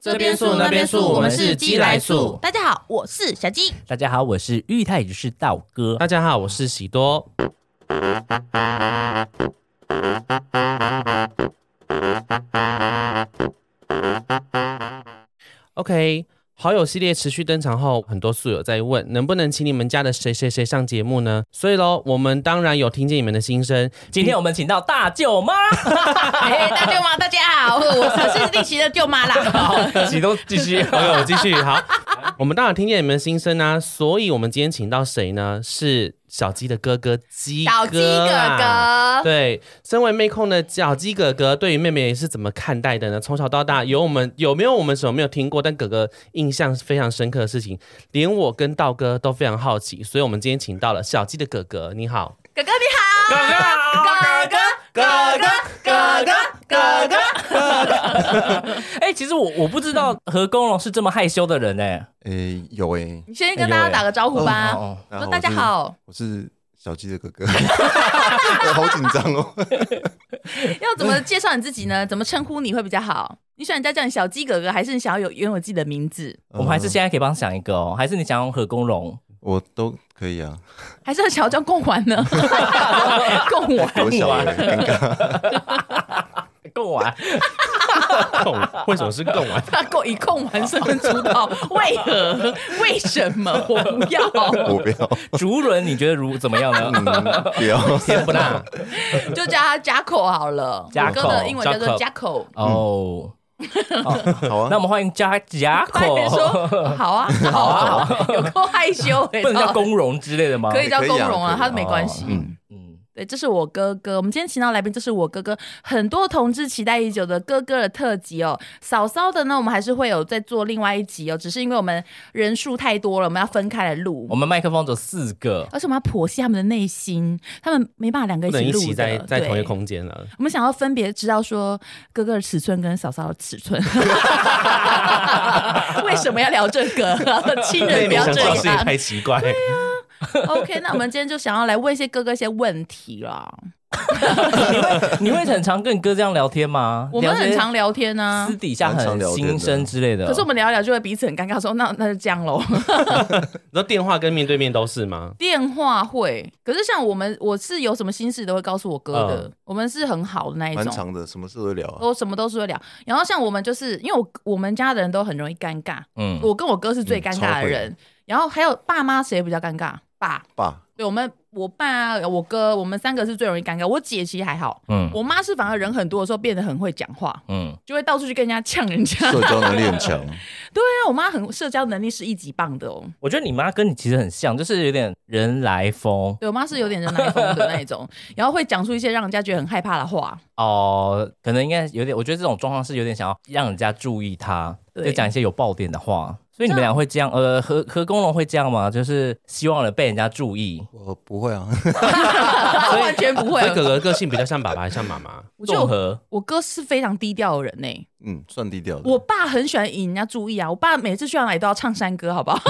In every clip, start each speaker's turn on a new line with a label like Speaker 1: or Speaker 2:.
Speaker 1: 这边素那边素我们是鸡来素
Speaker 2: 大家好，我是小鸡。
Speaker 3: 大家好，我是裕泰，也就是道哥。
Speaker 1: 大家好，我是喜多。OK，好友系列持续登场后，很多素友在问能不能请你们家的谁谁谁上节目呢？所以喽，我们当然有听见你们的心声。
Speaker 3: 今天我们请到大舅妈，
Speaker 2: 哎、大舅妈，大家好，我是是定期的舅妈啦。
Speaker 3: 启动继续。
Speaker 1: OK，我继续。好，我们当然听见你们的心声啊，所以我们今天请到谁呢？是小鸡的哥哥啊鸡
Speaker 2: 小鸡
Speaker 1: 哥
Speaker 2: 哥
Speaker 1: 啦
Speaker 2: 哥，
Speaker 1: 对，身为妹控的小鸡哥哥，对于妹妹是怎么看待的呢？从小到大，有我们有没有我们什么没有听过，但哥哥印象非常深刻的事情，连我跟道哥都非常好奇，所以我们今天请到了小鸡的哥哥，你好，
Speaker 2: 哥哥你好，哥哥哥哥哥哥哥哥，
Speaker 3: 哎、其实我我不知道何公龙是这么害羞的人哎、
Speaker 4: 诶、有诶、
Speaker 2: 你先跟大家打个招呼吧。
Speaker 3: 哦
Speaker 4: 然
Speaker 2: 说
Speaker 4: 后
Speaker 2: 大家好，
Speaker 4: 我是，我是小鸡的哥 哥，我好紧张哦。
Speaker 2: 要怎么介绍你自己呢？怎么称呼你会比较好？你喜欢人家叫你小鸡哥哥，还是你想要有拥有自己的名字？
Speaker 3: 我
Speaker 1: 嗯
Speaker 3: 们还是现在可以帮想一个哦，还是你想用何 公龙？
Speaker 4: 我都可以啊，
Speaker 2: 还是想要叫贡丸呢？贡丸，
Speaker 4: 我小诶、尴尬。
Speaker 3: 够
Speaker 1: 啊
Speaker 3: 玩，
Speaker 1: 贡，为什么是贡啊？
Speaker 2: 他够以贡丸身份出道，为何？为什么？我不要。
Speaker 4: 我不 要，
Speaker 3: 啊竹轮你觉得如怎么 样呢？
Speaker 4: 嗯，不要。
Speaker 1: 甜不辣，
Speaker 2: 就叫他 Jacko 好了。
Speaker 3: Jacko，
Speaker 2: 我哥的英文叫做 Jacko。
Speaker 1: 嗯
Speaker 3: 哦。
Speaker 4: 好啊，
Speaker 3: 那我们欢迎加加
Speaker 2: 快点
Speaker 3: 口，
Speaker 2: 说，好啊，好啊，有够害羞哎，
Speaker 3: 不能叫公荣之类的吗？
Speaker 2: 可以叫
Speaker 4: 可以
Speaker 2: 公
Speaker 4: 啊
Speaker 2: 荣啊，
Speaker 4: 可以
Speaker 2: 他没关系
Speaker 3: 哦。
Speaker 4: 嗯，
Speaker 3: 嗯，
Speaker 2: 对，这是我哥哥。我们今天请到来宾，这是我哥哥，很多同志期待已久的哥哥的特辑哦。嫂嫂的呢，我们还是会有在做另外一集哦，只是因为我们人数太多了，我们要分开来录
Speaker 3: 我，们麦克风只有四个，
Speaker 2: 而且我们要剖析他们的内心，他们没办法两个
Speaker 1: 不
Speaker 2: 一
Speaker 1: 能一
Speaker 2: 起录
Speaker 1: 起
Speaker 2: 的
Speaker 1: 在在同一
Speaker 2: 对
Speaker 1: 个空间了。
Speaker 2: 我们想要分别知道说哥哥的尺寸跟嫂嫂的尺 寸，为什么要聊这 个？亲人不要这样。
Speaker 1: 奇怪，
Speaker 2: OK，那我们今天就想要来问一些哥哥一些问题啦。
Speaker 3: 你会很常跟你哥这样聊天吗？
Speaker 2: 我们
Speaker 3: 聊些
Speaker 2: 很常聊天呢、
Speaker 3: 私底下
Speaker 4: 蛮常
Speaker 3: 很
Speaker 4: 聊天的
Speaker 3: 心声之类的。
Speaker 2: 可是我们聊一聊就会彼此很尴尬，说那那就这 样喽。
Speaker 1: 那电话跟面对面都是吗？
Speaker 2: 电话会，可是像我们我是有什么心事都会告诉我哥的，
Speaker 1: 嗯
Speaker 2: 我们是很好的那一
Speaker 4: 蛮
Speaker 2: 种。
Speaker 4: 长的，什么事都聊啊。
Speaker 2: 我什么都是会聊，然后像我们就是因为我我们家的人都很容易尴尬，
Speaker 3: 嗯
Speaker 2: 我跟我哥是最尴尬的人，然后还有爸妈谁比较尴尬？爸，
Speaker 4: 爸，
Speaker 2: 对我们我爸、啊我哥，我们三个是最容易尴尬。我姐其实还好，
Speaker 3: 嗯
Speaker 2: 我妈是反而人很多的时候变得很会讲话，
Speaker 3: 嗯，
Speaker 2: 就会到处去跟人家呛人家。
Speaker 4: 社交能力很强，
Speaker 2: 对啊，我妈很社交能力是一级棒的哦。
Speaker 3: 我觉得你妈跟你其实很像，就是有点人来疯
Speaker 2: 对我妈是有点人来疯的那一种，然后会讲出一些让人家觉得很害怕的话。
Speaker 3: 哦、可能应该有点，我觉得这种状况是有点想要让人家注意她，
Speaker 2: 对
Speaker 3: 就讲一些有爆点的话。所以你们
Speaker 2: 这样
Speaker 3: 俩会这样，呃，何何公龙会这样吗？就是希望人被人家注意。
Speaker 4: 我不会啊。
Speaker 2: 她 完全不会
Speaker 1: 所以。哥哥个性比较像爸爸，还是像妈妈。
Speaker 2: 我
Speaker 3: 综
Speaker 2: 就
Speaker 3: 合
Speaker 2: 我哥是非常低调的人呢、
Speaker 4: 嗯，算低调的。
Speaker 2: 我爸很喜欢引人家注意啊，我爸每次去哪里都要唱山歌，好不好？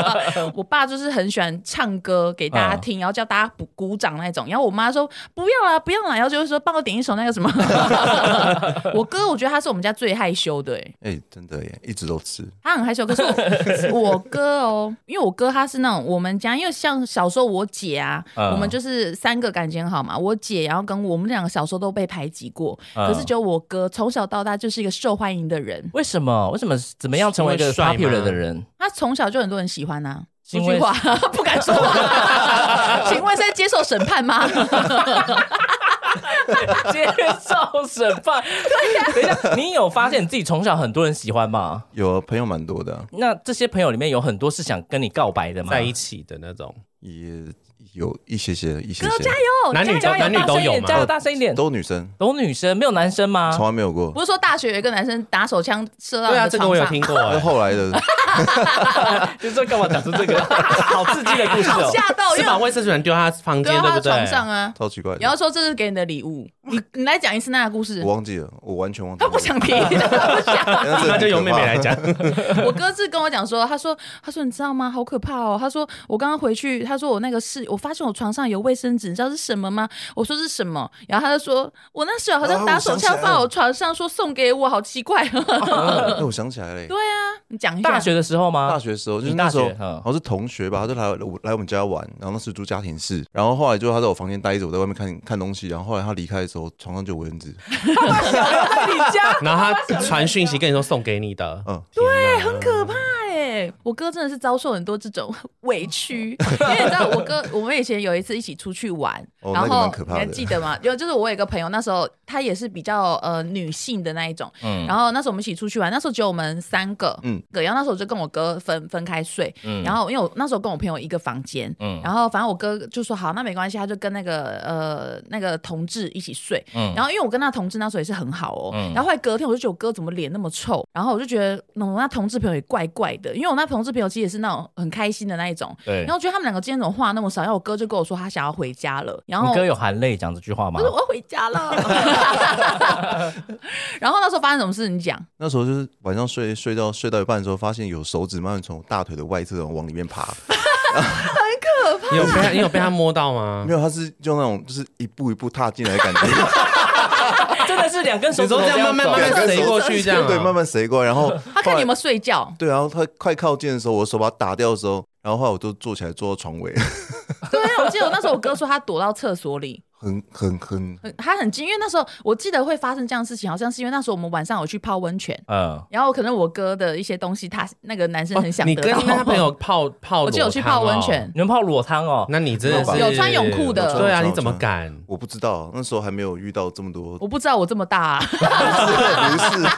Speaker 2: 我爸就是很喜欢唱歌给大家
Speaker 3: 嗯
Speaker 2: 听，然后叫大家鼓鼓掌那种。然后我妈说不要啦，不要啦，然后就会说帮我点一首那个什么。 我哥，我觉得他是我们家最害羞的、欸，
Speaker 4: 哎、真的耶，一直都吃。
Speaker 2: 他很害羞。可是我 我哥哦，因为我哥他是那种我们家，因为像小时候我姐啊，
Speaker 3: 嗯
Speaker 2: 我们就是三个感情很好嘛，我姐然后跟我们两个小时候都被排挤过，
Speaker 3: 嗯
Speaker 2: 可是只有我哥从小到大就是一个受欢迎的人。
Speaker 3: 为什么？为什么？怎么样成为一
Speaker 1: 是
Speaker 3: 个
Speaker 1: 因为帅吗
Speaker 3: popular 的人？
Speaker 2: 他从小就很多人喜欢呐、
Speaker 3: 是
Speaker 2: 说
Speaker 3: 因
Speaker 2: 句
Speaker 3: 为
Speaker 2: 话 不敢说话，请问是在接受审判吗？
Speaker 3: 接受审判？对呀、等一下，你有发现你自己从小很多人喜欢吗？
Speaker 4: 有啊，朋友蛮多的啊、
Speaker 3: 那这些朋友里面有很多是想跟你告白的吗？
Speaker 1: 在一起的那种，
Speaker 4: 也有一些些，一些
Speaker 2: 哥
Speaker 4: 些，
Speaker 2: 哟
Speaker 1: 男女交
Speaker 2: 加油
Speaker 1: 男女都有吗
Speaker 3: 加油大声一点，
Speaker 4: 都女生，
Speaker 3: 都女生没有男生吗？
Speaker 2: 啊
Speaker 4: 从来没有过。
Speaker 2: 不是说大学有一个男生打手枪射到
Speaker 1: 对啊，
Speaker 2: 你的
Speaker 1: 这
Speaker 2: 床
Speaker 1: 个我有
Speaker 2: 上，
Speaker 1: 听过、
Speaker 4: 那
Speaker 1: 哎
Speaker 4: 后来的
Speaker 3: 就是说 干嘛讲出这个好刺激的故事哦？
Speaker 2: 吓到，
Speaker 1: 是
Speaker 2: 因
Speaker 1: 把
Speaker 2: 为
Speaker 1: 卫生纸丢到他房
Speaker 2: 丢
Speaker 1: 间，
Speaker 2: 到
Speaker 1: 对
Speaker 2: 他
Speaker 1: 不
Speaker 2: 的
Speaker 1: 对？
Speaker 2: 床上啊。
Speaker 4: 超奇怪的
Speaker 2: 然后说这是给你的礼物，你你来讲一次那个故事
Speaker 4: 我。忘记了，我完全忘记
Speaker 2: 他
Speaker 4: 了。
Speaker 2: 不想提，他不想。
Speaker 4: 哎， 那真的
Speaker 1: 那
Speaker 4: 很
Speaker 1: 就由
Speaker 4: 可
Speaker 1: 妹
Speaker 4: 怕
Speaker 1: 妹来讲，
Speaker 2: 我哥是跟我讲说，他说，他说你知道吗？好可怕哦！他说我刚刚回去，他说我那个是，我发现我床上有卫生纸，你知道是什么吗？我说是什么？然后他就说，我那时候好
Speaker 1: 哦
Speaker 2: 像打手枪放我床上，说送给我，好奇怪。哦
Speaker 4: 哎，我想起来了耶，
Speaker 2: 对啊，你讲一下。
Speaker 3: 大学的时候
Speaker 1: 啊
Speaker 3: 吗
Speaker 4: 大？学的时候，就是
Speaker 3: 你
Speaker 4: 那
Speaker 3: 大
Speaker 4: 时
Speaker 3: 学
Speaker 4: 候
Speaker 3: 嗯
Speaker 4: 好像是同学吧，他就来我来我们家玩，然后那时住家庭式，然后后来就他在我房间待着，我在外面看看东西，然后后来他离开的时候，床上就有蚊子，
Speaker 2: 你家
Speaker 1: 然后他传讯息跟你说送给你的，
Speaker 4: 嗯，
Speaker 1: 对，很
Speaker 2: 可怕哎、我哥真的是遭受很多这种 委屈，因为你知道我 哥，我们以前有一次一起出去玩，
Speaker 4: 哦
Speaker 2: 然
Speaker 4: 那个
Speaker 2: 后
Speaker 4: 蛮可怕的
Speaker 2: 你还记得吗？就就是我有一个朋友，那时候他也是比较呃女性的那一种，
Speaker 3: 嗯
Speaker 2: 然后那时候我们一起出去玩，那时候只有我们三个，嗯
Speaker 4: 嗯，
Speaker 2: 然后那时候我就跟我哥分分开睡，
Speaker 3: 嗯
Speaker 2: 然后因为我那时候跟我朋友一个房间，
Speaker 3: 嗯
Speaker 2: 然后反正我哥就说好，那没关系，他就跟那个呃那个同志一起睡，
Speaker 3: 嗯
Speaker 2: 然后因为我跟那同志那时候也是很好哦，
Speaker 3: 嗯
Speaker 2: 然后后来隔天我就觉得我哥怎么脸那么臭，然后我就觉得嗯我那同志朋友也怪怪的，因为我那同志朋友其实也是那种很开心的那一种，
Speaker 3: 对
Speaker 2: 然后我觉得他们两个今天怎么话那么少，然后我哥就跟我说他想要回家了，然后
Speaker 3: 你哥有含泪讲这句话吗
Speaker 2: 我？说我要回家了， 然后那时候发生什么事你讲，
Speaker 4: 那时候就是晚上睡睡到睡到一半的时候，发现有手指慢慢从我大腿的外侧往里面爬，
Speaker 1: 啊你有被他你有被他摸到吗
Speaker 4: 没？有，他是就那种就是一步一步踏进来的 感觉，
Speaker 3: 真的是两根手
Speaker 1: 你
Speaker 3: 指
Speaker 1: 说
Speaker 3: 头
Speaker 1: 这样慢慢
Speaker 3: 走
Speaker 1: 慢
Speaker 4: 两
Speaker 1: 慢
Speaker 4: 根
Speaker 1: 塞
Speaker 4: 手
Speaker 1: 过去这样啊，
Speaker 4: 对，慢慢谁过来，然后
Speaker 2: 他看你有没
Speaker 4: 后来
Speaker 2: 有睡 觉，
Speaker 4: 对，然后他快靠近的时候，我手把他打掉的时候，然后后来我就坐起来坐到床尾，
Speaker 2: 对啊，我记得我那时候我哥说他躲到厕所里，
Speaker 4: 很很很
Speaker 2: 很他很惊，因为那时候我记得会发生这样的事情，好像是因为那时候我们晚上有去泡温泉。
Speaker 3: 嗯，
Speaker 2: 然后可能我哥的一些东西他，那个男 生很想
Speaker 1: 你
Speaker 2: 得
Speaker 1: 跟
Speaker 3: 哦
Speaker 2: 到。
Speaker 1: 那个朋友泡泡， 哦
Speaker 2: 我就有去泡温泉，
Speaker 3: 你们泡裸汤哦，
Speaker 1: 那你真的是
Speaker 2: 有穿泳裤的
Speaker 1: 对啊，你怎么敢？
Speaker 4: 我不知道，那时候还没有遇到这么多，
Speaker 2: 我不知道我这么大、啊，
Speaker 4: 不是，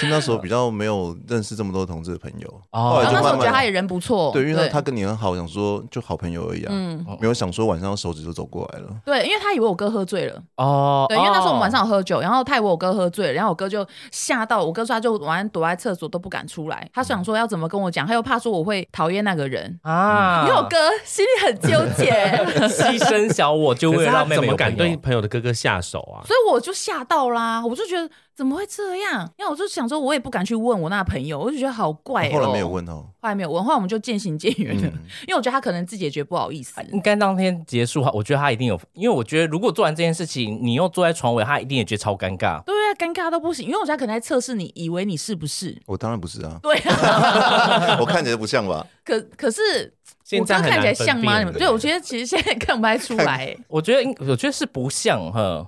Speaker 4: 是 那时候比较没有认识这么多同志的朋友，
Speaker 3: 哦
Speaker 4: 后
Speaker 2: 然后
Speaker 4: 来就
Speaker 2: 那时候
Speaker 4: 慢
Speaker 2: 觉得他也
Speaker 4: 慢
Speaker 2: 人不错，
Speaker 4: 对，因为他他跟你很好，想说就好朋友而已啊，
Speaker 2: 嗯，
Speaker 4: 没有想说晚上手指就走过来了。
Speaker 2: 对，因为他以为我哥喝醉了，
Speaker 3: 哦，
Speaker 2: 对，因为那时候我们
Speaker 3: 哦
Speaker 2: 晚上有喝酒，然后他以为我哥喝醉了，然后我哥就吓到，我哥说他就晚上躲在厕所都不敢出来，他想说要怎么跟我讲，他又怕说我会讨厌那个人，
Speaker 3: 啊，
Speaker 2: 因为我 哥心里很纠结。
Speaker 3: 牺牲小我，就
Speaker 1: 可
Speaker 3: 为
Speaker 1: 是
Speaker 3: 了
Speaker 1: 他
Speaker 3: 让妹
Speaker 1: 怎
Speaker 3: 妹
Speaker 1: 么
Speaker 3: 有
Speaker 1: 敢
Speaker 3: 朋友
Speaker 1: 对朋友的哥哥下手啊？
Speaker 2: 所以我就吓到啦，我就觉得怎么会这样？因为我就想说，我也不敢去问我那朋友，我就觉得好怪、哦。
Speaker 4: 后来没有，问嗯哦，
Speaker 2: 后来没有问，后来我们就渐行渐远了，因为我觉得他可能自己也觉得不好意思。
Speaker 3: 应该当天结束，我觉得他一定有，因为我觉得如果做完这件事情，你又坐在床尾，他一定也觉得超尴尬。
Speaker 2: 对啊，尴尬到不行，因为我觉得他可能在测试你，以为你是不是？，
Speaker 4: 我当然不是啊
Speaker 2: 对啊，
Speaker 4: 我看起来不像吧？
Speaker 2: 可可是
Speaker 1: 现
Speaker 2: 我哥
Speaker 1: 在很
Speaker 2: 看起来
Speaker 1: 难分
Speaker 2: 像吗？
Speaker 1: 辨
Speaker 2: 你们
Speaker 1: 了
Speaker 2: 对我觉得其实现在看不太出来、
Speaker 3: 我觉得应，我觉得是不像呵，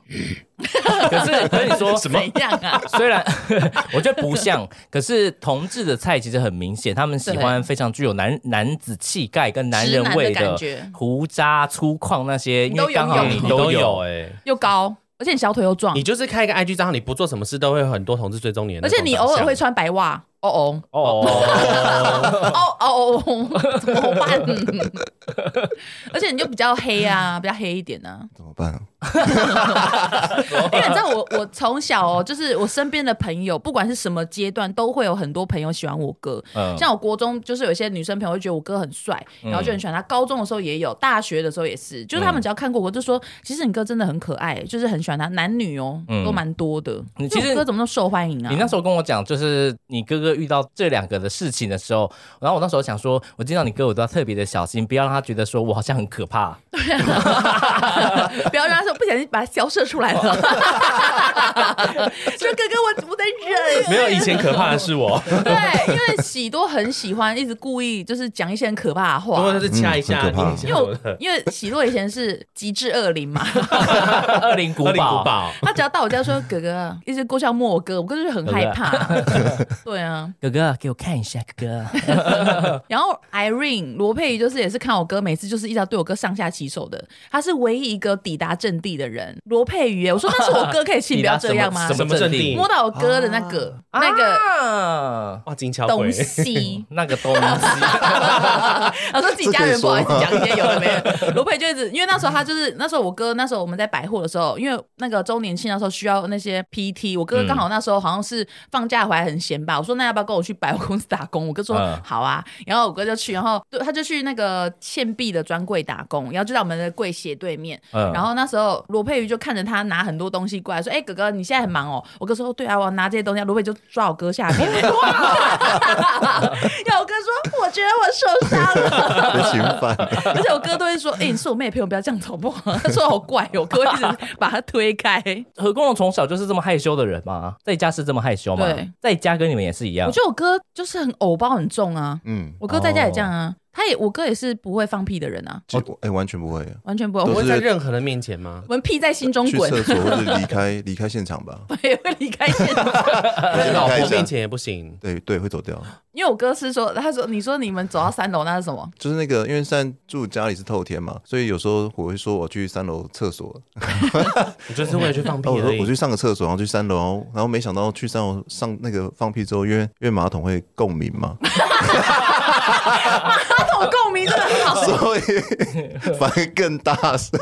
Speaker 3: 可是跟你 说，
Speaker 2: 怎样啊？
Speaker 3: 虽然 我觉得不像，可是同志的菜其实很明显，他们喜欢非常具有男男子气概跟男人味
Speaker 2: 直男的感觉
Speaker 3: 胡渣、粗犷那些，
Speaker 2: 你
Speaker 3: 因
Speaker 2: 都
Speaker 3: 为刚
Speaker 2: 拥
Speaker 3: 好
Speaker 2: 有
Speaker 3: 你
Speaker 1: 嗯你
Speaker 3: 都
Speaker 1: 都
Speaker 3: 有
Speaker 1: 有。哎，
Speaker 2: 又高，而且你小腿又壮
Speaker 1: 你，就是开一个 IG 账号，你不做什么事都会有很多同志追踪你的那
Speaker 2: 而
Speaker 1: 种
Speaker 2: 且
Speaker 1: 长
Speaker 2: 你
Speaker 1: 相，
Speaker 2: 偶尔会穿白袜。哦哦
Speaker 3: 哦，
Speaker 2: 哦哦哦，怎 么办？而且你就比较黑啊，比较黑一点呢、啊。
Speaker 4: 怎么办啊？
Speaker 1: 哦
Speaker 2: 因为你知道我，我从小哦，就是我身边的朋友，不管是什么阶段，都会有很多朋友喜欢我哥。
Speaker 3: 嗯
Speaker 2: 像我国中，就是有一些女生朋友会觉得我哥很帅，然后就很喜欢他。高中的时候也有，大学的时候也是，就是
Speaker 3: 嗯
Speaker 2: 他们只要看过我，就说其实你哥真的很可爱，就是很喜欢他。男女哦，
Speaker 3: 嗯
Speaker 2: 都蛮多的。
Speaker 3: 你
Speaker 2: 就
Speaker 3: 其实
Speaker 2: 我哥怎么那么受欢迎啊？
Speaker 3: 你那时候跟我讲，就是你哥哥遇到这两个的事情的时候，然后我那时候想说，我见到你哥，我都要特别的小心，不要让他觉得说我好像很可 怕。
Speaker 2: 不要让他说不小心把他消射出来了。 说哥哥，我我得忍。
Speaker 1: 没有以前可怕的是 我，
Speaker 2: 对，因为喜多很喜欢一直故意就是讲一些很可怕的话。
Speaker 1: 因为就是掐一下，
Speaker 4: 嗯很可怕
Speaker 1: 你一下
Speaker 2: 因为 我因为喜洛以前是极致恶灵嘛，
Speaker 3: 二零古
Speaker 1: 喝灵古
Speaker 3: 堡，
Speaker 1: 堡，
Speaker 2: 他只要到我家说哥哥，一直过去要摸我哥，我哥就是很害怕。 对啊，
Speaker 3: 哥哥给我看一下，哥哥。
Speaker 2: 然后 Irene 罗佩仪就是也是看我哥每次就是一直要对我哥上下其手的，他是唯一一个抵达阵地的人，罗佩瑜耶。我说那是我哥，可以请不要这样吗
Speaker 3: 啊什？么啊
Speaker 1: 什么
Speaker 3: 镇
Speaker 1: 镇
Speaker 3: 定
Speaker 1: 定？
Speaker 2: 摸到我哥的那个、那个
Speaker 3: 个。
Speaker 1: 哇，金桥
Speaker 2: 东
Speaker 1: 鬼，
Speaker 2: 西
Speaker 3: 啊那个 东西，
Speaker 2: 我哦说自己家人不好意思
Speaker 4: 这可以
Speaker 2: 讲一些有的没的。罗佩就一直，因为那时候他就是那时候我哥那时候我们在百货的时候，因为那个周年庆那时候需要那些 PT，我
Speaker 4: 嗯
Speaker 2: 哥刚好那时候好像是放假回来很闲吧，我说那要不要跟我去百货公司打工？我哥说、
Speaker 3: 嗯
Speaker 2: 好啊，然后我哥就去，然后对他就去那个倩碧的专柜打工，然后就在我们的柜斜对面，
Speaker 3: 嗯
Speaker 2: 然后那时候罗佩瑜就看着他拿很多东西过来，说：“哎、哥哥，你现在很忙哦。”我哥说：“对啊，我拿这些东西。”罗佩就抓我哥下 面，哇！然后我哥说：“我觉得我受伤 了。”
Speaker 4: 被侵犯，
Speaker 2: 而且我哥都会说：“哎、你是我妹的朋友，不要这样子好不好？” 他说：“好怪哦。”我哥会一直把他推开。
Speaker 4: 嗯
Speaker 3: 何公公从小就是这么害羞的人嘛，在家是这么害羞嘛
Speaker 2: 对，
Speaker 3: 在家跟你们也是一样
Speaker 2: 我。觉得我哥就是很偶包很重啊，
Speaker 4: 嗯，
Speaker 2: 我哥在家也这样啊，他也我哥也是不会放屁的人啊，
Speaker 4: 其实我哎、完全不会，
Speaker 2: 完全不会。
Speaker 4: 都
Speaker 1: 不会
Speaker 2: 我
Speaker 4: 是
Speaker 1: 在任何人面前吗？
Speaker 2: 们屁在心中
Speaker 4: 去
Speaker 2: 滚，
Speaker 4: 厕所或者离开离开现场 吧，
Speaker 2: 也会离开现场。
Speaker 1: 在老
Speaker 4: 看一
Speaker 1: 婆
Speaker 4: 下
Speaker 1: 面前也不行。
Speaker 4: 对对，会走掉。
Speaker 2: 因为我哥是说，他说你说你们走到三楼那是什 么？
Speaker 4: 就是那个，因为现在住家里是透天嘛，所以有时候我会说我去三楼厕所，
Speaker 1: 你就是为了去放屁
Speaker 4: 哦然后
Speaker 1: 而
Speaker 4: 我说我
Speaker 1: 已
Speaker 4: 去。上个厕所，然后去三楼，然后然后没想到去三楼上那个放屁之后，因为因为马桶会共鸣嘛，
Speaker 2: 马桶共鸣真的很好，
Speaker 4: 所以反而更大声，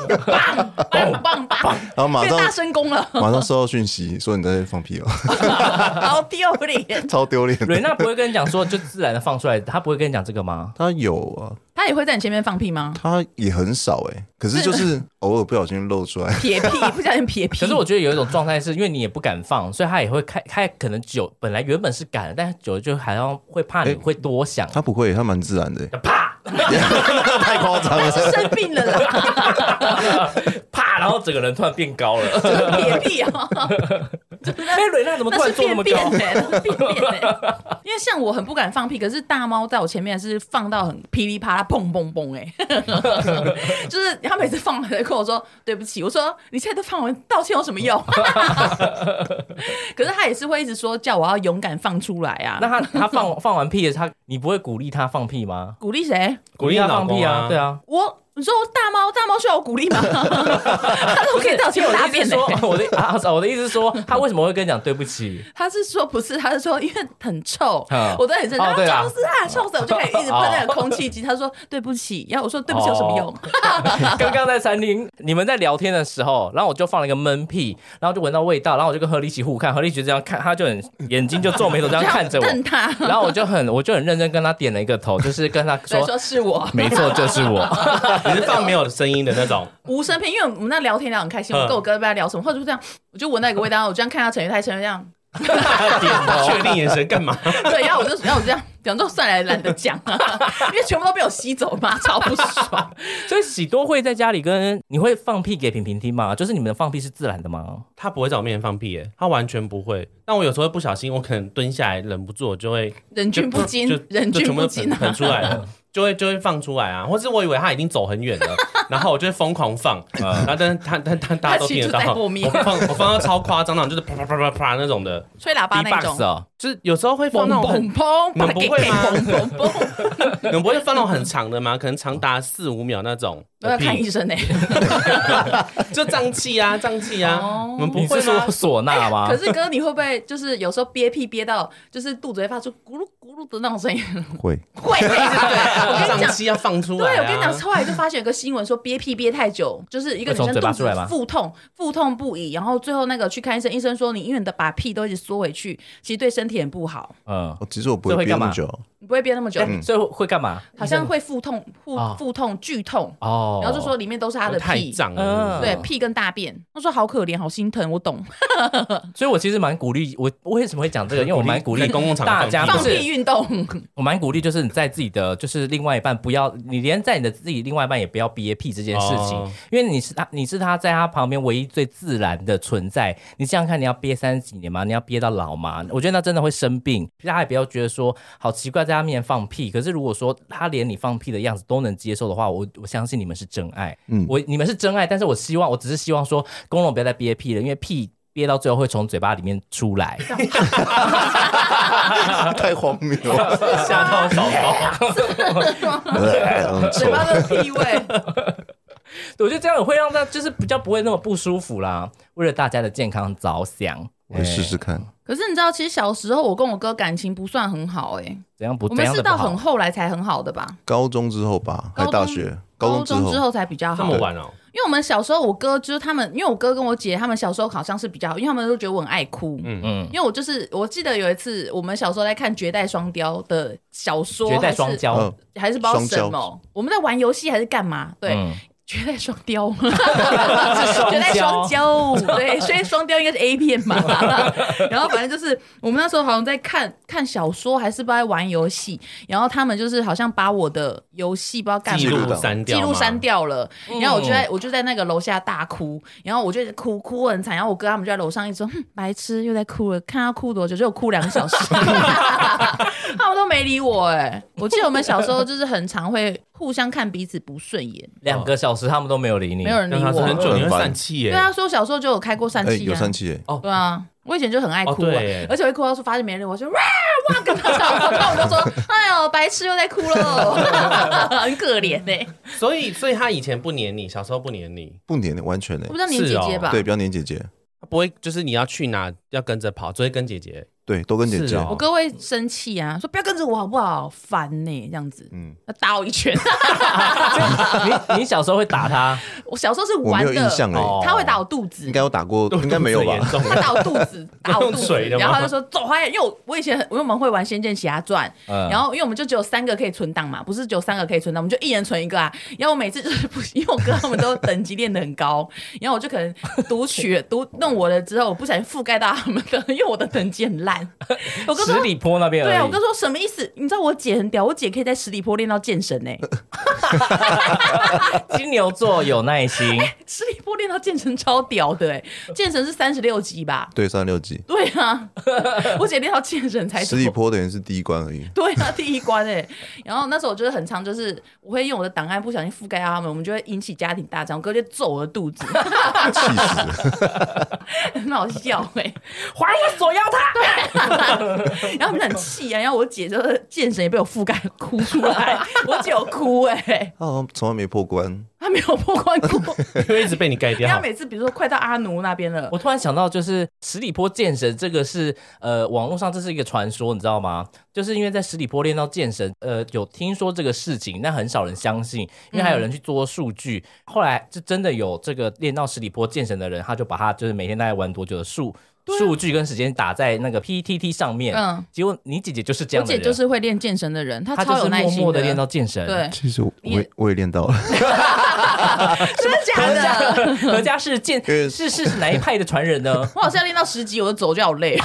Speaker 2: 棒棒棒，
Speaker 4: 然后马
Speaker 2: 变
Speaker 4: 上
Speaker 2: 大声公 了，
Speaker 4: 马上收到讯息说你在放屁哦，
Speaker 2: 好丢脸。
Speaker 4: 超丢脸。
Speaker 3: 瑞娜不会跟你讲说就自然的放出来，她不会跟你讲这个吗？
Speaker 4: 他有啊，
Speaker 2: 他也会在你前面放屁 吗？
Speaker 4: 他也很少哎、可是就是偶尔不小心露出来，
Speaker 2: 撇屁，不小心撇屁。
Speaker 3: 可是我觉得有一种状态是因为你也不敢放，所以她也会开，她可能久本来原本是敢的，但是久了就好像会怕你
Speaker 4: 哎
Speaker 3: 会多想。
Speaker 4: 他不会，他蛮自然的、欸。啪！ 太夸张了，
Speaker 2: 是生病了 啦，
Speaker 3: 啪，然后整个人突然变高了。
Speaker 2: 这个撇屁 哦，就是 那
Speaker 3: 哎，瑞娜怎么突
Speaker 2: 那
Speaker 3: 然
Speaker 2: 是
Speaker 3: 做那
Speaker 2: 便便
Speaker 3: 么高？
Speaker 2: 欸那是便便欸因为像我很不敢放屁，可是大猫在我前面是放到很噼里啪啦，砰砰砰，哎， 就是他每次放完来跟我说对不起，我说你现在都放完，道歉有什么用？ 可是他也是会一直说叫我要勇敢放出来啊
Speaker 3: 那。她她放 放完屁，她你不会鼓励她放屁吗？
Speaker 2: 鼓励谁？
Speaker 1: 鼓励
Speaker 3: 她
Speaker 1: 老
Speaker 3: 放屁
Speaker 1: 公
Speaker 3: 啊，对啊。
Speaker 2: 我你说大猫，大猫需要我鼓励吗？他都可以道歉
Speaker 3: 因为我
Speaker 2: 大
Speaker 3: 的意
Speaker 2: 便
Speaker 3: 思
Speaker 2: 的
Speaker 3: 是。说， 我的啊，我的意思是说，他为什么会跟你讲对不起？
Speaker 2: 他是说不是，他是说因为很臭
Speaker 3: 嗯，
Speaker 2: 我都很生气，
Speaker 3: 哦
Speaker 2: 啊
Speaker 3: 对啊
Speaker 2: 臭死啊，臭死！我就可以一直喷那个空气机。他说对不起，然后我说对不起有什么用？
Speaker 3: 刚刚在餐厅，你们在聊天的时候，然后我就放了一个闷屁，然后就闻到味道，然后我就跟何立奇互看，何立奇就这样看，他就很眼睛就皱眉头这样看 着我，
Speaker 2: 瞪他，
Speaker 3: 然后我就很我就很认真跟他点了一个头，就是跟他
Speaker 2: 所以
Speaker 3: 说，
Speaker 2: 说是我
Speaker 3: 没错，就是我。
Speaker 1: 你是放没有声音的那 种，
Speaker 2: 无声片，因为我们那聊天聊得很开心，
Speaker 1: 嗯
Speaker 2: 我跟我哥不知道聊什么，或者就这样，我就闻到一个味道，我这样看他陈玉泰，陈玉这样，
Speaker 1: 确定眼神干嘛？
Speaker 2: 对，然后我就然后我就这样，讲说算了，懒得讲，因为全部都被我吸走嘛，超不爽。
Speaker 3: 所以喜多会在家里跟你会放屁给平平听吗？就是你们的放屁是自然的吗？
Speaker 1: 他不会在我面前放屁、耶，他完全不会。但我有时候会不小心，我可能蹲下来忍不住，我就会
Speaker 2: 人均不精
Speaker 1: 就，
Speaker 2: 人
Speaker 1: 就全
Speaker 2: 均
Speaker 1: 部
Speaker 2: 不
Speaker 1: 都
Speaker 2: 精
Speaker 1: 喷
Speaker 2: 啊
Speaker 1: 喷！出来 了，就会就会放出来啊，或是我以为他已经走很远了，然后我就会疯狂放， 然后但是他但但大家都听得
Speaker 2: 他其实
Speaker 1: 到，
Speaker 2: 就在后啊面
Speaker 1: 我放我放到超夸张的，就是啪啪啪啪啪那种的，
Speaker 2: 吹喇叭那
Speaker 3: B-box
Speaker 2: 种，
Speaker 3: 哦，
Speaker 1: 就是有时候会
Speaker 2: 砰
Speaker 1: 放那种很
Speaker 2: 砰砰，
Speaker 1: 你们不会吗
Speaker 2: 砰砰砰，
Speaker 1: 你 们不会放那种很长的吗？可能长达四五秒那种。
Speaker 2: 都要看医生欸呢。
Speaker 1: 就胀气啊，胀气啊
Speaker 2: 哦，
Speaker 1: 你们不
Speaker 3: 你
Speaker 1: 会
Speaker 3: 是 说
Speaker 1: 吗？哎
Speaker 3: 唢呐吗？
Speaker 2: 可是哥，你会不会就是有时候憋屁憋到，就是肚子会发出咕噜咕噜的那种声音？
Speaker 4: 会
Speaker 2: 会，对我跟你
Speaker 1: 胀
Speaker 2: 讲。
Speaker 1: 气要放出来
Speaker 2: 对，
Speaker 1: 啊！
Speaker 2: 我跟你讲，后来就发现有个新闻说憋屁憋太久，就是一个女
Speaker 3: 会从
Speaker 2: 生
Speaker 3: 嘴巴
Speaker 2: 肚
Speaker 3: 出来吗
Speaker 2: 子腹痛，腹痛不已，然后最后那个去看医生，医生说你因为你的把屁都一直缩回去，其实对身体很不好，
Speaker 3: 嗯，
Speaker 4: 哦，其实我不
Speaker 3: 这会
Speaker 4: 会憋
Speaker 3: 干嘛
Speaker 4: 那么久，
Speaker 2: 你不会憋那么久，
Speaker 3: 所以会干嘛？
Speaker 1: 嗯
Speaker 2: 好像会腹痛、腹
Speaker 3: 啊
Speaker 2: 腹痛、剧痛，
Speaker 3: 哦，
Speaker 2: 然后就说里面都是他的
Speaker 1: 太
Speaker 2: 屁，
Speaker 1: 胀了，
Speaker 3: 嗯
Speaker 2: 对，屁跟大便。他说好可怜，好心疼，我懂。
Speaker 3: 所以我其实蛮鼓励我，我为什么会讲这个？因为我蛮鼓励
Speaker 1: 在公共场合
Speaker 3: 大家
Speaker 1: 放
Speaker 3: 啊不
Speaker 2: 放
Speaker 1: 屁
Speaker 3: 是
Speaker 2: 屁运动，
Speaker 3: 我蛮鼓励，就是你在自己的就是另外一半不要，你连在你的自己另外一半也不要憋屁这件事情，
Speaker 1: 哦
Speaker 3: 因为你是他，你是他在他旁边唯一最自然的存在。你想想看，你要憋三十几年吗？你要憋到老吗？我觉得那真的会生病。大家也不要觉得说好奇怪，在他面前放屁。可是如果说他连你放屁的样子都能接受的话，我我相信你们是真爱。嗯
Speaker 4: 嗯，
Speaker 3: 我你们是真爱，但是我希望，我只是希望说，公龙不要再憋屁了，因为屁憋到最后会从嘴巴里面出来。
Speaker 4: 太荒谬 了，
Speaker 1: 吓到宝宝。
Speaker 4: 嗯
Speaker 2: 嘴
Speaker 4: 臭
Speaker 2: 巴都是屁味。
Speaker 3: 我觉得这样也会让他就是比较不会那么不舒服啦。为了大家的健康着想，
Speaker 4: 我来试试看。
Speaker 2: 可是你知道，其实小时候我跟我哥感情不算很好、欸，
Speaker 3: 怎样不
Speaker 2: 我
Speaker 3: 怎
Speaker 2: 们
Speaker 3: 样
Speaker 2: 是
Speaker 3: 的不
Speaker 2: 到很
Speaker 3: 好。
Speaker 2: 后来才很好的吧？
Speaker 4: 高中之后吧，还
Speaker 2: 高中
Speaker 4: 大学，
Speaker 2: 高
Speaker 4: 高中
Speaker 2: 之
Speaker 4: 后，
Speaker 2: 后才比较
Speaker 1: 这
Speaker 2: 好
Speaker 1: 么，晚哦、
Speaker 2: 因为我们小时候，我哥就是他们，因为我哥跟我姐他们小时候好像是比较好，因为他们都觉得我很爱哭，
Speaker 3: 嗯，
Speaker 2: 因为我就是，我记得有一次我们小时候在看《绝代双雕》的小说，
Speaker 3: 绝代双骄，
Speaker 4: 嗯，
Speaker 2: 还是还是不知道
Speaker 4: 双
Speaker 2: 什么，我们在玩游戏还是干嘛？对，
Speaker 3: 嗯
Speaker 2: 绝代双雕，
Speaker 3: 双
Speaker 2: 绝代双
Speaker 3: 骄
Speaker 2: 骄，对，所以双雕应该是 A 片嘛。 然后反正就是我们那时候好像在看看小说，还是不知道在玩游戏，然后他们就是好像把我的游戏不知道干
Speaker 1: 记
Speaker 2: 嘛
Speaker 4: 录。
Speaker 1: 录删掉
Speaker 2: 记
Speaker 1: 吗，
Speaker 2: 录删掉了，
Speaker 3: 嗯
Speaker 2: 然后我就在我就在那个楼下大哭，然后我就哭哭很惨，然后我哥他们就在楼上一直说，哼，白痴又在哭了，看他哭多久，就哭两 个小时，他们都没理我哎、我记得我们小时候就是很常会互相看彼此不顺眼，
Speaker 3: 两个小时他们都没有理你，
Speaker 2: 没有人理
Speaker 1: 嗯让他是
Speaker 2: 我，
Speaker 1: 啊很久，
Speaker 4: 很
Speaker 1: 你会
Speaker 4: 烦
Speaker 1: 散气耶、
Speaker 2: 对啊，所以我小时候就有开过疝
Speaker 4: 哎，
Speaker 2: 气、啊
Speaker 4: 有三期哎，
Speaker 3: 哦
Speaker 2: 对啊，我以前就很爱
Speaker 1: 哦
Speaker 2: 哭、啊
Speaker 1: 对耶
Speaker 2: 而且我一哭到说发现没人理我，我就哇哇跟他吵，然后我就说，哎呦，白痴又在哭 了， 很可怜欸呢、
Speaker 1: 所以所以他以前不黏你，小时候不黏你，
Speaker 4: 不黏完全哎
Speaker 2: 我不，知道你姐姐吧？
Speaker 1: 哦
Speaker 4: 对，比较黏姐姐，
Speaker 1: 他不会就是你要去哪要跟着跑，只会跟姐姐。
Speaker 4: 对，都跟姐
Speaker 1: 是
Speaker 3: 啊
Speaker 4: 姐，
Speaker 1: 哦
Speaker 2: 我哥会生气啊，说不要跟着我好不好？烦呢、这样子，
Speaker 4: 嗯，
Speaker 2: 要打我一拳。
Speaker 3: 你你小时候会打他，
Speaker 2: 我小时候是
Speaker 4: 我没
Speaker 2: 玩
Speaker 4: 有印象哦
Speaker 2: 的，
Speaker 4: 哎，
Speaker 3: 哦
Speaker 2: 他会打我肚子
Speaker 4: 应，该有打过，应该没有吧？
Speaker 1: 严重
Speaker 2: 他打我肚子，打我 肚
Speaker 1: 用
Speaker 2: 子
Speaker 1: 锤，的吗
Speaker 2: 然后他就说走开，因为我我以前很因为我们会玩《仙剑奇侠传》，
Speaker 3: 嗯
Speaker 2: 然后因为我们就只有三个可以存档嘛，不是只有三个可以存档，我们就一人存一个啊。然后我每次就是 不，因为我哥他们都等级练得很高，然后我就可能读取 读弄我的之后，我不小心覆盖到他们的，因为我的等级很烂。 我哥
Speaker 3: 十
Speaker 2: 说。
Speaker 3: 里坡那边而已。
Speaker 2: 对啊，我哥说什么意思？你知道我姐很屌，我姐可以在十里坡练到剑神呢、
Speaker 3: 金牛座有耐心，
Speaker 2: 十里坡练到剑神超屌的哎、 剑神是三十六级吧？
Speaker 4: 对，三六级，
Speaker 2: 对 啊，我姐练到剑神才
Speaker 4: 十里
Speaker 2: 多
Speaker 4: 坡等于是第一关而已。
Speaker 2: 对啊，第一关哎、然后那时候我就是很常，就是我会用我的档案不小心覆盖到他们，我们就会引起家庭大战，我哥就揍我的肚子，
Speaker 4: 气死！
Speaker 2: 很好笑哎、
Speaker 3: 还我锁妖塔。
Speaker 2: 然后他们就很气啊，然后我姐就是剑神也被我覆盖哭出 来，我姐有哭哎、
Speaker 4: 他好像哦从来没破关，
Speaker 2: 她没有破关 哭，
Speaker 1: 因为一直被你盖
Speaker 2: 然
Speaker 1: 掉
Speaker 2: 后。每次比如说快到阿奴那边了，
Speaker 3: 我突然想到，就是十里坡剑神这个是呃，网络上这是一个传说，你知道吗？就是因为在十里坡练到剑神，呃，有听说这个事情，但很少人相信，因为还有
Speaker 2: 嗯
Speaker 3: 人去做数据。后来就真的有这个练到十里坡剑神的人，他就把他就是每天大概玩多久的数数据跟时间打在那个 PTT 上面。
Speaker 2: 啊嗯
Speaker 3: 结果你姐姐就是这
Speaker 2: 我
Speaker 3: 样的
Speaker 2: 姐
Speaker 3: 人，
Speaker 2: 就是会练剑神的人，她
Speaker 3: 她就
Speaker 2: 超有
Speaker 3: 是
Speaker 2: 耐
Speaker 3: 默
Speaker 2: 心
Speaker 3: 默的练到剑神。。
Speaker 2: 对，
Speaker 4: 其实我
Speaker 2: 你也
Speaker 4: 也我也练到了，
Speaker 2: 真的假的？
Speaker 3: 何家是剑
Speaker 4: 因为
Speaker 3: 是是是哪一派的传人呢？
Speaker 2: 我好像练到十级，我就走就好累，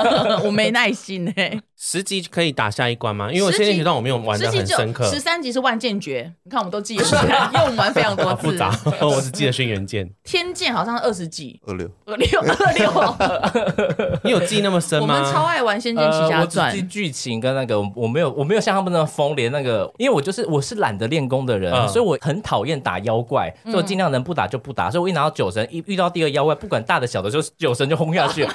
Speaker 2: 我没耐心哎、
Speaker 1: 十级可以打下一关吗？因为我
Speaker 2: 十级
Speaker 1: 仙剑奇段我没有玩的
Speaker 2: 十级
Speaker 1: 很
Speaker 2: 就
Speaker 1: 深刻，
Speaker 2: 十三级是万剑诀，你看我们都 记得出来，因为我们玩非常多
Speaker 1: 好
Speaker 2: 次。
Speaker 1: 复杂。 我只记得轩辕剑，
Speaker 2: 天剑好像二十级，
Speaker 4: 二六
Speaker 2: 二六二六，
Speaker 1: 你有记那么深
Speaker 2: 我
Speaker 1: 吗？
Speaker 2: 们超爱玩《仙剑奇
Speaker 3: 呃
Speaker 2: 侠
Speaker 3: 我只
Speaker 2: 传
Speaker 3: 记》剧情跟那个，我没有，我没有像他们那么疯，连那个，因为我就是我是懒得练功的人，
Speaker 1: 嗯
Speaker 3: 所以我很讨厌打妖怪，
Speaker 2: 嗯
Speaker 3: 所以我尽量能不打就不打。所以我一拿到九神，一遇到第二妖怪，不管大的小的，就是九神就轰下 去，
Speaker 2: 你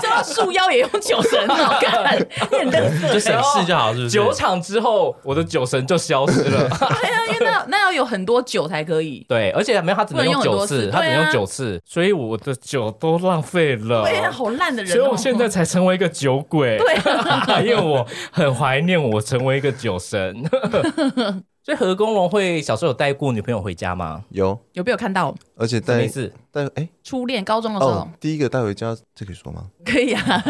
Speaker 2: 知道束腰也用九神哦，干，你很认
Speaker 1: 就
Speaker 2: 真。
Speaker 1: 省事就好，是不是？
Speaker 3: 九场之后，我的九神就消失 了。
Speaker 2: 对啊，因为那那要有很多酒才可以。
Speaker 3: 对，而且没有他只能用九次，
Speaker 2: 不
Speaker 3: 他
Speaker 2: 能用很多次对啊
Speaker 3: 只能用九次，所以我的酒都浪费了。
Speaker 2: 对啊，好烂的人、哦。
Speaker 3: 所以我现在才成为一个酒鬼。
Speaker 2: 对、
Speaker 3: 因为我很怀念我成为一个酒神。 所以何公龙会小时候有带过女朋友回家吗？
Speaker 4: 有，
Speaker 2: 有被有看到
Speaker 4: 而且
Speaker 3: 什么
Speaker 4: 带
Speaker 3: 意思？
Speaker 4: 带哎
Speaker 2: 初恋高中的时候、
Speaker 4: 哦，第一个带回家，这可以说吗？
Speaker 2: 可以啊，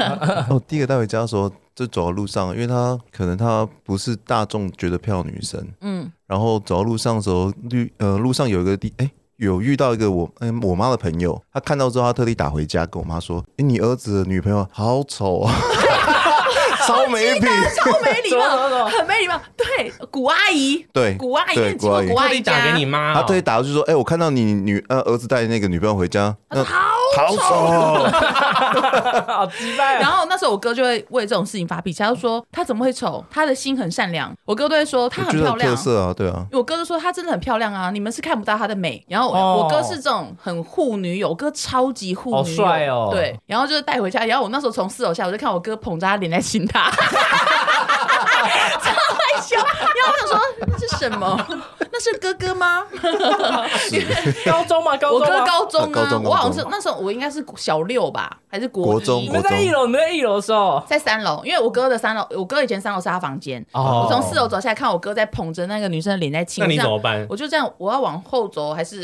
Speaker 4: 哦，第一个带回家的时候，就走到路上，因为她可能她不是大众觉得漂亮的女生，
Speaker 2: 嗯，
Speaker 4: 然后走到路上的时候，绿呃路上有一个地哎。有遇到一个我嗯、我妈的朋友，她看到之后，她特地打回家跟我妈说：“哎、你儿子的女朋友好丑啊，超没品。
Speaker 2: 超没礼
Speaker 3: 怎么怎
Speaker 2: 貌，
Speaker 3: 么
Speaker 2: 很没礼貌。对，古阿姨”，
Speaker 4: 对，
Speaker 2: 古阿姨，
Speaker 4: 对
Speaker 2: 你经过
Speaker 4: 古
Speaker 2: 古
Speaker 1: 特
Speaker 2: 阿姨
Speaker 1: 地打
Speaker 2: 家
Speaker 1: 给你。妈、
Speaker 4: 他
Speaker 1: 哦，
Speaker 4: 特意打过去说：“哎、我看到你女呃儿子带那个女朋友回家，那好丑哦，
Speaker 3: 好期待
Speaker 2: 然
Speaker 3: 啊！
Speaker 2: 后那时候我哥就会为这种事情发脾气，他就说他怎么会丑，他的心很善良。我哥都会说他
Speaker 4: 我觉
Speaker 2: 很漂
Speaker 4: 得有特
Speaker 2: 亮。
Speaker 4: 色啊，对啊，
Speaker 2: 我哥就说她真的很漂亮啊，你们是看不到她的美。然后我,、
Speaker 3: 哦
Speaker 2: 我哥是这种很护女友，我哥超级护女友，
Speaker 3: 好帅哦
Speaker 2: 对，然后就是带回家，然后我那时候从四楼下，我就看我哥捧着她脸在亲 她，超害羞。然后我想说那是什么？那是哥哥吗？
Speaker 3: 高中嘛， 高
Speaker 2: 我
Speaker 3: 中
Speaker 2: 哥
Speaker 3: 嘛。
Speaker 2: 高中
Speaker 4: 高
Speaker 2: 啊，
Speaker 4: 中
Speaker 2: 我好像
Speaker 4: 高中
Speaker 2: 是那时候我应该是小六吧，还是国
Speaker 4: 国
Speaker 2: 一
Speaker 4: 中
Speaker 3: 你们在一楼，你们在一楼的时候，
Speaker 2: 在三楼，因为我哥的三楼，我哥以前三楼是他房间，
Speaker 3: 哦
Speaker 2: 我从四楼走下来看我哥在捧着那个女生的脸在亲，
Speaker 1: 那你
Speaker 2: 我
Speaker 1: 怎
Speaker 2: 这样
Speaker 1: 么办？
Speaker 2: 我就这样，我要往后走还是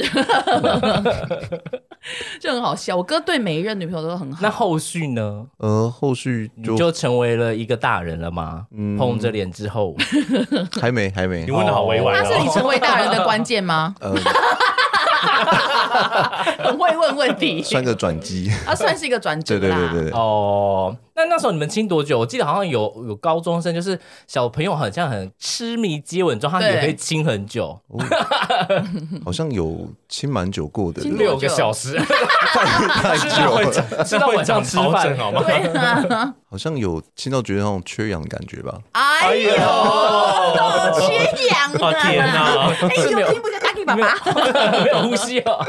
Speaker 2: 就很好笑。我哥对每一任女朋友都很好，
Speaker 3: 那后续呢？
Speaker 4: 呃，后续
Speaker 3: 你
Speaker 4: 就
Speaker 3: 就成为了一个大人了吗？碰着脸之后，
Speaker 4: 还没还没？
Speaker 1: 你，问的好委婉
Speaker 2: 那是 你
Speaker 1: 哦。
Speaker 2: 成为大人的关键吗
Speaker 4: 呃，
Speaker 2: 很会问问题，
Speaker 4: 算个转机。
Speaker 2: 啊，算是一个转折
Speaker 4: 对
Speaker 2: 啦。
Speaker 4: 对对对对，
Speaker 3: 哦，那那时候你们亲多久？我记得好像有有高中生，就是小朋友好像很痴迷接吻中，他们也
Speaker 2: 对
Speaker 3: 可以亲很久，
Speaker 4: 好像有亲蛮久过的，
Speaker 2: 亲多久
Speaker 4: 六
Speaker 1: 六个小时，
Speaker 4: 太久
Speaker 1: 会
Speaker 4: 了，
Speaker 1: 长
Speaker 3: 吃到晚上
Speaker 1: 会长
Speaker 3: 吃
Speaker 1: 潮
Speaker 3: 饭
Speaker 1: 疹好吗？
Speaker 2: 对啊，
Speaker 4: 好像有亲到觉得那种缺氧的感觉吧。
Speaker 2: 哎呦，多缺氧
Speaker 1: 哦
Speaker 2: 啊！
Speaker 1: 天哪！
Speaker 2: 哎，你有听不跟打 给爸爸，
Speaker 3: 没有呼 吸哦。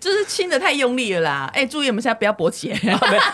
Speaker 2: 就是亲的太用力了啦。哎，注意我们现在不要勃起。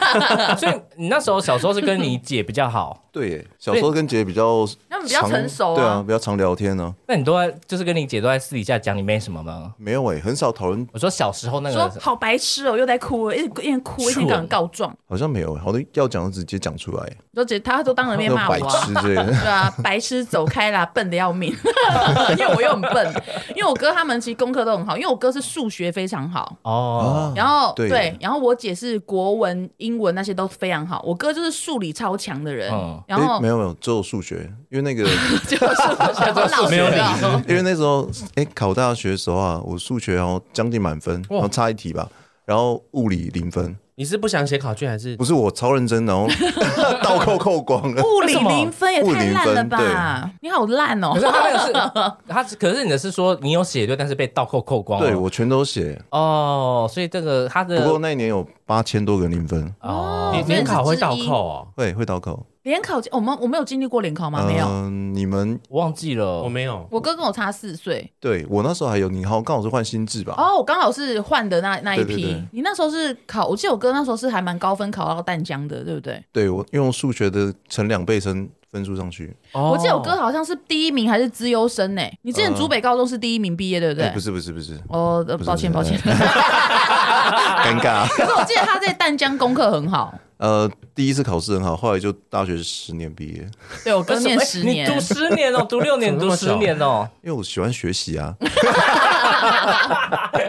Speaker 3: 所以你那时候小时候是跟你姐比较 好，
Speaker 4: 对耶，小时候跟姐比较常，
Speaker 2: 他们比较成熟啊
Speaker 4: 对啊，比较常聊天呢。
Speaker 3: 那你都在就是跟你姐都在私底下讲你妹什么吗？
Speaker 4: 没有哎，很少讨论，
Speaker 3: 我说小时候那
Speaker 2: 说
Speaker 3: 个
Speaker 2: 好白痴哦，又在哭了，一直一边哭一边敢告状，
Speaker 4: 好像没有耶，好多要讲就直接讲出来，
Speaker 2: 你说直接他都当着面
Speaker 4: 那
Speaker 2: 骂我
Speaker 4: 白
Speaker 2: 啊
Speaker 4: 痴。之类 的。
Speaker 2: 对啊，白痴走开啦，笨的要命。 因为我又很笨，因为我哥他们其实功课都很好，因为我哥是数学非常好，
Speaker 4: 啊
Speaker 3: 哦，
Speaker 2: 然后
Speaker 4: 对
Speaker 2: 然后我姐是国文、英文那些都非常好，我哥就是数理超强的人，
Speaker 3: 嗯
Speaker 2: 然后
Speaker 4: 诶没有没有，只有数学，因为那个
Speaker 2: 就是我老
Speaker 1: 没有理
Speaker 2: 师 哦
Speaker 4: 因为那时候哎、考大学的时候啊，我数学然后将近满分，然后差一题吧，然后物理零分，
Speaker 1: 你是不想写考卷还是
Speaker 4: 不？是我超认真，然后 倒扣扣光了。
Speaker 2: 物理零分也
Speaker 4: 为什么
Speaker 2: 太烂了
Speaker 4: 物理
Speaker 2: 吧？你好烂哦
Speaker 3: 可！是他那 个是他是，可是你的是说你有写对，但是被倒扣扣光了。
Speaker 4: 对我全都写，
Speaker 3: 哦，所以这个他的
Speaker 4: 不
Speaker 2: 呃
Speaker 4: 过那一年有八千多个零分，
Speaker 2: 啊
Speaker 3: 哦
Speaker 1: 你
Speaker 2: 所以
Speaker 1: 联
Speaker 2: 你是
Speaker 1: 考会
Speaker 2: 之
Speaker 1: 倒
Speaker 2: 一
Speaker 1: 扣哦？
Speaker 4: 会会倒扣。
Speaker 2: 联考我们我没有经历过联考吗？没有，
Speaker 4: 嗯，你们
Speaker 3: 我忘记了，
Speaker 1: 我没有，
Speaker 2: 我哥跟我差四岁
Speaker 4: 对我那时候还有，你好像刚好是换心智吧？
Speaker 2: 哦，我刚好是换的那那一
Speaker 4: 对对
Speaker 2: 批
Speaker 4: 对。
Speaker 2: 你那时候是考，我记得我哥那时候是还蛮高分考到淡江的，对不对？
Speaker 4: 对我用数学的乘两倍升分数上去，
Speaker 3: 哦
Speaker 2: 我记得我哥好像是第一名还是资优生呢、你之前竹北高中是第一名毕业，对不对？
Speaker 4: 呃哎不是不是不是，
Speaker 2: 哦，呃
Speaker 4: 不是
Speaker 2: 抱歉抱
Speaker 4: 不是
Speaker 2: 歉。 啊
Speaker 4: 尴尬。
Speaker 2: 可是我记得他在淡江功课很好，
Speaker 4: 呃，第一次考试很好，后来就大学十年毕业，
Speaker 2: 对我哥念
Speaker 3: 为
Speaker 2: 十
Speaker 3: 什么
Speaker 2: 年
Speaker 3: 哎你，读十年哦，读六年，
Speaker 1: 怎么那
Speaker 3: 读
Speaker 1: 么
Speaker 3: 十年哦，
Speaker 4: 因为我喜欢学习啊。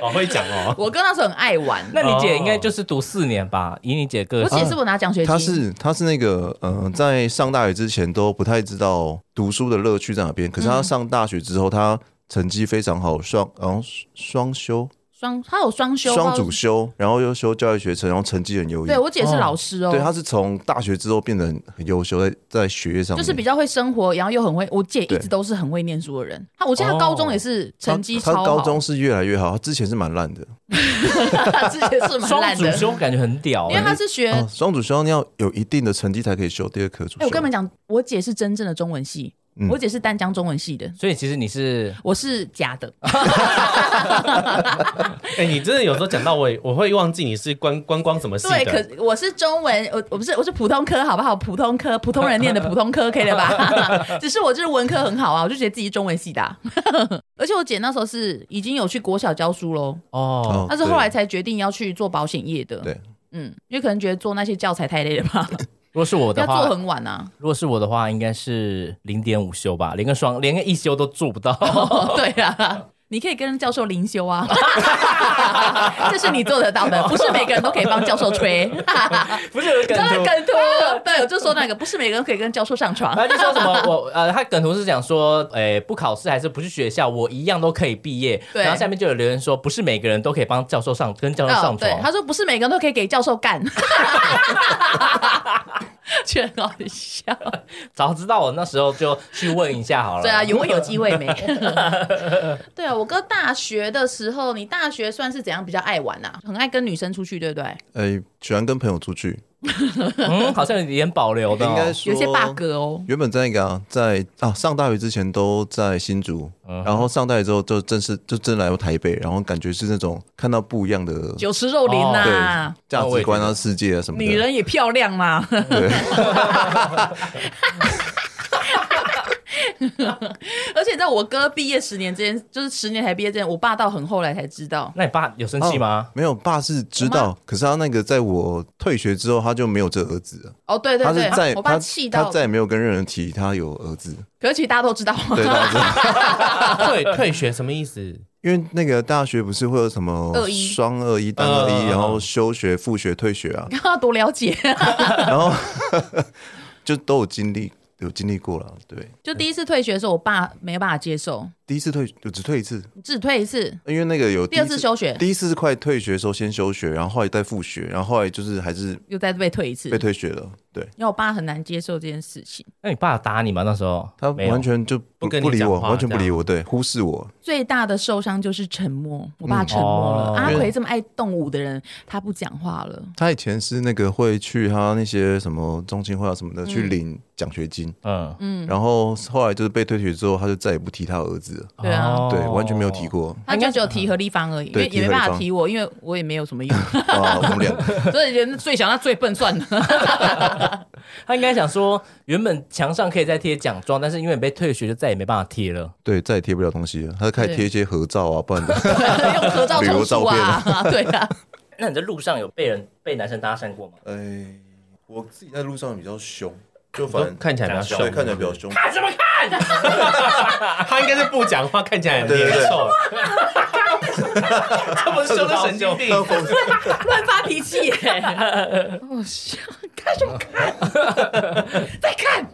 Speaker 1: 好会讲哦。
Speaker 2: 我哥那时候很爱玩，
Speaker 3: 那你姐应该就是读四年吧？以你姐个
Speaker 2: 我
Speaker 3: 性，
Speaker 2: 姐是我拿奖学金，
Speaker 4: 呃他是他是那个呃，在上大学之前都不太知道读书的乐趣在哪边，可是
Speaker 2: 嗯
Speaker 4: 他上大学之后，他成绩非常好，双然后双修、
Speaker 2: 双，他有双修，
Speaker 4: 双主修，然后又修教育学程，然后成绩很优异
Speaker 2: 对。我姐是老师哦，
Speaker 4: 对，他是从大学之后变得很很优秀，在在学业上
Speaker 2: 就
Speaker 4: 面
Speaker 2: 是比较会生活，然后又很会。我姐一
Speaker 4: 对
Speaker 2: 直都是很会念书的人，她我记得她
Speaker 3: 哦
Speaker 2: 高中也是成绩
Speaker 4: 他
Speaker 2: 超
Speaker 4: 他
Speaker 2: 好，
Speaker 4: 高中是越来越好，他之前是蛮烂的。
Speaker 2: 她之前是蛮
Speaker 3: 双
Speaker 2: 烂
Speaker 3: 主
Speaker 2: 的，
Speaker 3: 修，感觉很屌
Speaker 2: 因为
Speaker 3: 欸。
Speaker 2: 她是学。
Speaker 4: 哦，双主修你要有一定的成绩才可以修第二科主
Speaker 2: 哎，
Speaker 4: 修。
Speaker 2: 我跟你们讲，我姐是真正的中文系，
Speaker 4: 嗯
Speaker 2: 我姐是淡江中文系的，
Speaker 3: 所以其实你是
Speaker 2: 我是假的。
Speaker 4: 啊
Speaker 1: 哎，你真的有时候讲到我，我会忘记你是观观光什么系
Speaker 2: 对，
Speaker 1: 的。
Speaker 2: 可我是中文，我我不是我是普通科，好不好？普通科，普通人念的普通科，可以了吧？ 只是我就是文科很好啊，我就觉得自己是中文系的啊、 而且我姐那时候是已经有去国小教书喽，
Speaker 3: 哦，
Speaker 4: 哦
Speaker 2: 她是后来
Speaker 4: 对
Speaker 2: 才决定要去做保险业的。
Speaker 4: 对，
Speaker 2: 嗯，因为可能觉得做那些教材太累了吧，
Speaker 3: 如果是我
Speaker 2: 要
Speaker 3: 的
Speaker 2: 做
Speaker 3: 话，
Speaker 2: 很晚啊。
Speaker 3: 如果是我的话，应该是零点五修吧，连个双连个一修都做 不到。
Speaker 2: 哦，对啊。你可以跟教授灵修啊，这是你做得到的，不是每个人都可以帮教授吹。
Speaker 3: 不是有个
Speaker 2: 真的
Speaker 3: 梗图，
Speaker 2: 梗图， 对，我就说那个，不是每个人可以跟教授上床。
Speaker 3: 他就说什么我呃，他梗图是讲说，诶、不考试还是不去学校，我一样都可以毕业。
Speaker 2: 对
Speaker 3: 然后下面就有留言说，不是每个人都可以帮教授上跟教授上
Speaker 2: 哦对
Speaker 3: 床，。
Speaker 2: 他说不是每个人都可以给教授干，觉得很好笑。
Speaker 3: 早知道我那时候就去问一下好了。
Speaker 2: 对啊，有问有机会没？对啊，我哥大学的时候，你大学算是怎样比较爱玩啊？很爱跟女生出去，对不对？
Speaker 4: 哎，喜欢跟朋友出去，
Speaker 3: 嗯，好像有点保留的、哦。
Speaker 4: 应该说
Speaker 2: 有些 bug 哦。
Speaker 4: 原本在那个、啊、在啊上大学之前都在新竹，然后上大学之后就正式就真来到台北，然后感觉是那种看到不一样的
Speaker 2: 酒池肉林
Speaker 4: 对
Speaker 2: 呐、
Speaker 4: 价值观啊、世界啊什么的。
Speaker 2: 女人也漂亮嘛。
Speaker 4: 对，
Speaker 2: 而且在我哥毕业十年之前，就是十年才毕业之前，我爸到很后来才知道。
Speaker 3: 那你爸有生气吗？
Speaker 4: 没有，爸是知道，可是他那个在我退学之后，他就没有这儿子了。
Speaker 2: 哦，对对
Speaker 4: 他是
Speaker 2: 对，
Speaker 4: 在
Speaker 2: 我爸
Speaker 4: 他
Speaker 2: 气
Speaker 4: 他
Speaker 2: 到，
Speaker 4: 再也没有跟任何人提他有儿子。
Speaker 2: 可是其实大家都知道。
Speaker 4: 对，大家知道，
Speaker 1: 啊退退学什么意思？
Speaker 4: 因为那个大学不是会有什么
Speaker 2: 二一
Speaker 4: 双二一、单二
Speaker 1: 嗯嗯嗯
Speaker 4: 一，然后休学、复学、退学啊，
Speaker 2: 要多了解，
Speaker 4: 然后 就都有经历，有经历过了。对，
Speaker 2: 就第一次退学的时候，我爸没有办法接受，
Speaker 4: 第一次退就只退一次，
Speaker 2: 只退一次，
Speaker 4: 因为那个有
Speaker 2: 第二
Speaker 4: 一
Speaker 2: 次休学
Speaker 4: 第一次是快退学的时候先休学，然后后来再复学，然后后来就是还是
Speaker 2: 又再被退一次
Speaker 4: 被，退学了。对
Speaker 2: 因为我爸很难接受这件事情。
Speaker 3: 那你爸有打你吗？那时候
Speaker 4: 他
Speaker 3: 没有
Speaker 4: 完全就
Speaker 1: 不
Speaker 4: 不
Speaker 1: 跟你
Speaker 4: 不理
Speaker 1: 讲
Speaker 4: 我，
Speaker 1: 话
Speaker 4: 完全不
Speaker 1: 这
Speaker 4: 理
Speaker 1: 样
Speaker 4: 我，对，忽视我。
Speaker 2: 最大的受伤就是沉默，我
Speaker 4: 嗯
Speaker 2: 爸沉默了。
Speaker 3: 哦
Speaker 2: 阿奎这么爱动武的人，他不讲话了。
Speaker 4: 他以前是那个会去他那些什么中青会啊什么的去领奖学金，
Speaker 3: 嗯
Speaker 4: 然后后来就是被退学之后，他就再也不提他儿子了，
Speaker 2: 对啊
Speaker 3: 哦
Speaker 4: 对，完全没有提 过
Speaker 2: 他就只有提和立方而已，因
Speaker 4: 对
Speaker 2: 为也没
Speaker 4: 提何立
Speaker 2: 办
Speaker 4: 方
Speaker 2: 法提我，因为我也没有什么用，
Speaker 4: 啊，我们俩
Speaker 2: 所以人最小那最笨算了。
Speaker 3: 他应该想说，原本墙上可以再贴奖状，但是因为你被退学，就再也没办法贴了。
Speaker 4: 对再也贴不了东西了，他就开始贴一些合照啊，不然的
Speaker 2: 用合照重组啊，对啊，
Speaker 3: 那你在路上有被人被男生搭讪过吗？
Speaker 4: 哎，我自己在路上比较凶，就
Speaker 1: 都看起来比较
Speaker 4: 对
Speaker 1: 凶，
Speaker 4: 看起来比较凶，
Speaker 3: 看什么 看？
Speaker 1: 他应该是不讲话，看起来很
Speaker 4: 对对
Speaker 1: 脸
Speaker 4: 对
Speaker 1: 臭， 这么凶的神经病。
Speaker 2: 乱发脾气耶！我笑，看什么看？在看，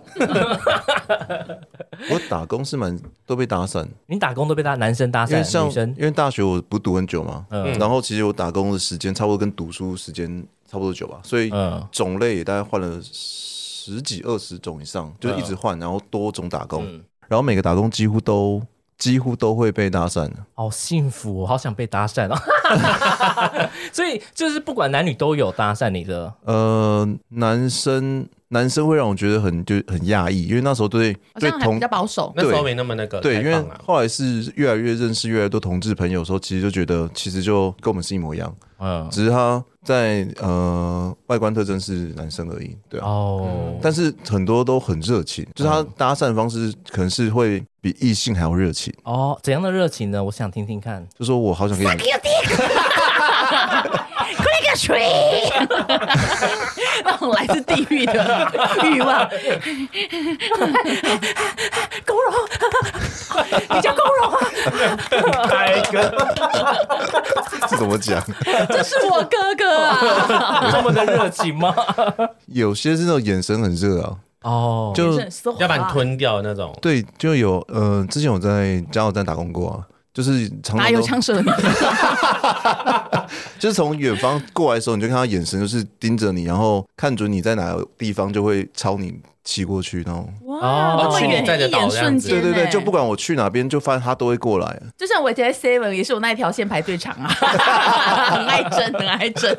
Speaker 4: 我打工是蛮都被打散，
Speaker 3: 你打工都被搭男生搭
Speaker 4: 因为
Speaker 3: 讪，
Speaker 4: 像
Speaker 3: 女生
Speaker 4: 因为大学我不读很久嘛，
Speaker 3: 嗯
Speaker 4: 然后其实我打工的时间差不多跟读书时间差不多久吧，所以
Speaker 3: 嗯
Speaker 4: 种类也大概换了十几二十种以上，就是一直换，然后多种打工，
Speaker 3: 嗯
Speaker 4: 然后每个打工几乎都几乎都会被搭讪的，
Speaker 3: 好幸福、哦，好想被搭讪哦。 所以就是不管男女都有搭讪你的，
Speaker 4: 呃，男生男生会让我觉得很就很讶异，因为那时候对
Speaker 2: 好
Speaker 4: 对
Speaker 2: 像还比
Speaker 4: 同
Speaker 2: 较。保守。
Speaker 1: 那时候没那么那个开
Speaker 4: 对，因为
Speaker 1: 放啊啦
Speaker 4: 后来是越来越认识越来越多同志朋友的时候，其实就觉得其实就跟我们是一模一样，
Speaker 3: 嗯，
Speaker 4: 只是他在呃外观特征是男生而已，对啊。
Speaker 3: 哦，
Speaker 4: 但是很多都很热情，就是他搭讪方式可能是会比异性还要热情，
Speaker 3: 哦，怎样的热情呢？我想听听 看。
Speaker 4: 就说我好想跟你，
Speaker 2: 那个锤，那种来自地狱的欲望。狗荣，你叫狗荣啊？
Speaker 3: 开哥，
Speaker 4: 这 怎么讲？
Speaker 2: 这是我哥哥啊！
Speaker 3: 这么的热情吗？
Speaker 4: 有些是那种眼神很热啊，
Speaker 3: 哦，
Speaker 4: 就
Speaker 1: 要把你吞掉的那种。
Speaker 4: 对，就有呃，之前我在加油站打工过啊，就是常
Speaker 2: 拿
Speaker 4: 常
Speaker 2: 油
Speaker 4: 都
Speaker 2: 枪射你，
Speaker 4: 就是从远方过来的时候，你就看他眼神就是盯着你，然后看准你在哪个地方，就会朝你骑过去那种。
Speaker 2: 哇，那么
Speaker 1: 去
Speaker 2: 远
Speaker 1: 你在的
Speaker 2: 一眼
Speaker 1: 岛这样
Speaker 2: 瞬
Speaker 1: 子
Speaker 2: 间
Speaker 4: 对
Speaker 2: 欸，
Speaker 4: 对对，就不管我去哪边，就发现他都会过来。啊
Speaker 2: 就像我以前在 Seven 也是我那一条线排队长啊，很爱争，很爱争，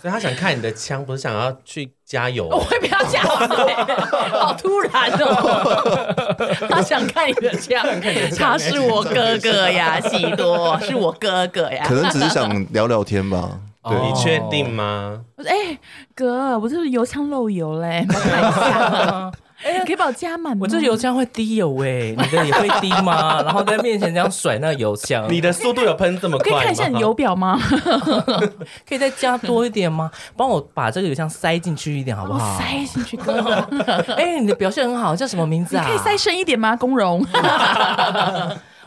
Speaker 1: 所以他想看你的枪，不是想要去加 油。
Speaker 2: 我会不要这样子欸，好突然哦！他想看你的枪，他是我哥哥呀，喜多是我哥哥呀
Speaker 4: 可。能只是想聊聊天吧。对，
Speaker 3: 哦
Speaker 1: 你确定吗？
Speaker 2: 我说：“哎、哥，我这油枪漏油嘞，帮我买一下。哎，可以把我加满吗？
Speaker 3: 我这油枪会滴油哎、你的也会滴吗？然后在面前这样甩那个油枪，
Speaker 1: 哦你的速度有喷这么
Speaker 2: 我可以
Speaker 1: 快吗？
Speaker 2: 看一下你油表吗？
Speaker 3: 可以再加多一点吗？帮我把这个油枪塞进去一点好不
Speaker 2: 我
Speaker 3: 好？
Speaker 2: 哦塞进去，哥，你
Speaker 3: 哎、你的表现很好，叫什么名字啊？
Speaker 2: 可以塞深一点吗？工荣，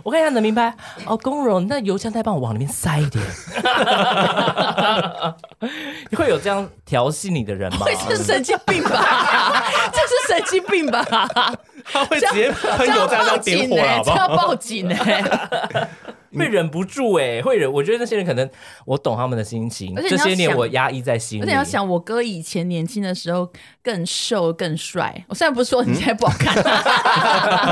Speaker 3: 我看一下你的名牌哦，工荣，那油枪再帮我往里面塞一点。 会有这样调戏你的人吗？
Speaker 2: 会是神经病吧？ 这是神经病吧？
Speaker 1: 他会直接喷油
Speaker 2: 这
Speaker 1: 在
Speaker 2: 要
Speaker 1: 那
Speaker 2: 报
Speaker 1: 点
Speaker 2: 警
Speaker 1: 火
Speaker 2: 呢、
Speaker 1: 了，好不
Speaker 2: 这
Speaker 1: 好？
Speaker 2: 要报警呢、
Speaker 3: 会忍不住哎、会忍。我觉得那些人可能我懂他们的心情，
Speaker 2: 而且你
Speaker 3: 这
Speaker 2: 要
Speaker 3: 些年
Speaker 2: 想
Speaker 3: 我压抑在心里。
Speaker 2: 而且要想，我哥以前年轻的时候更瘦更帅。我虽然不是说你现在不好看，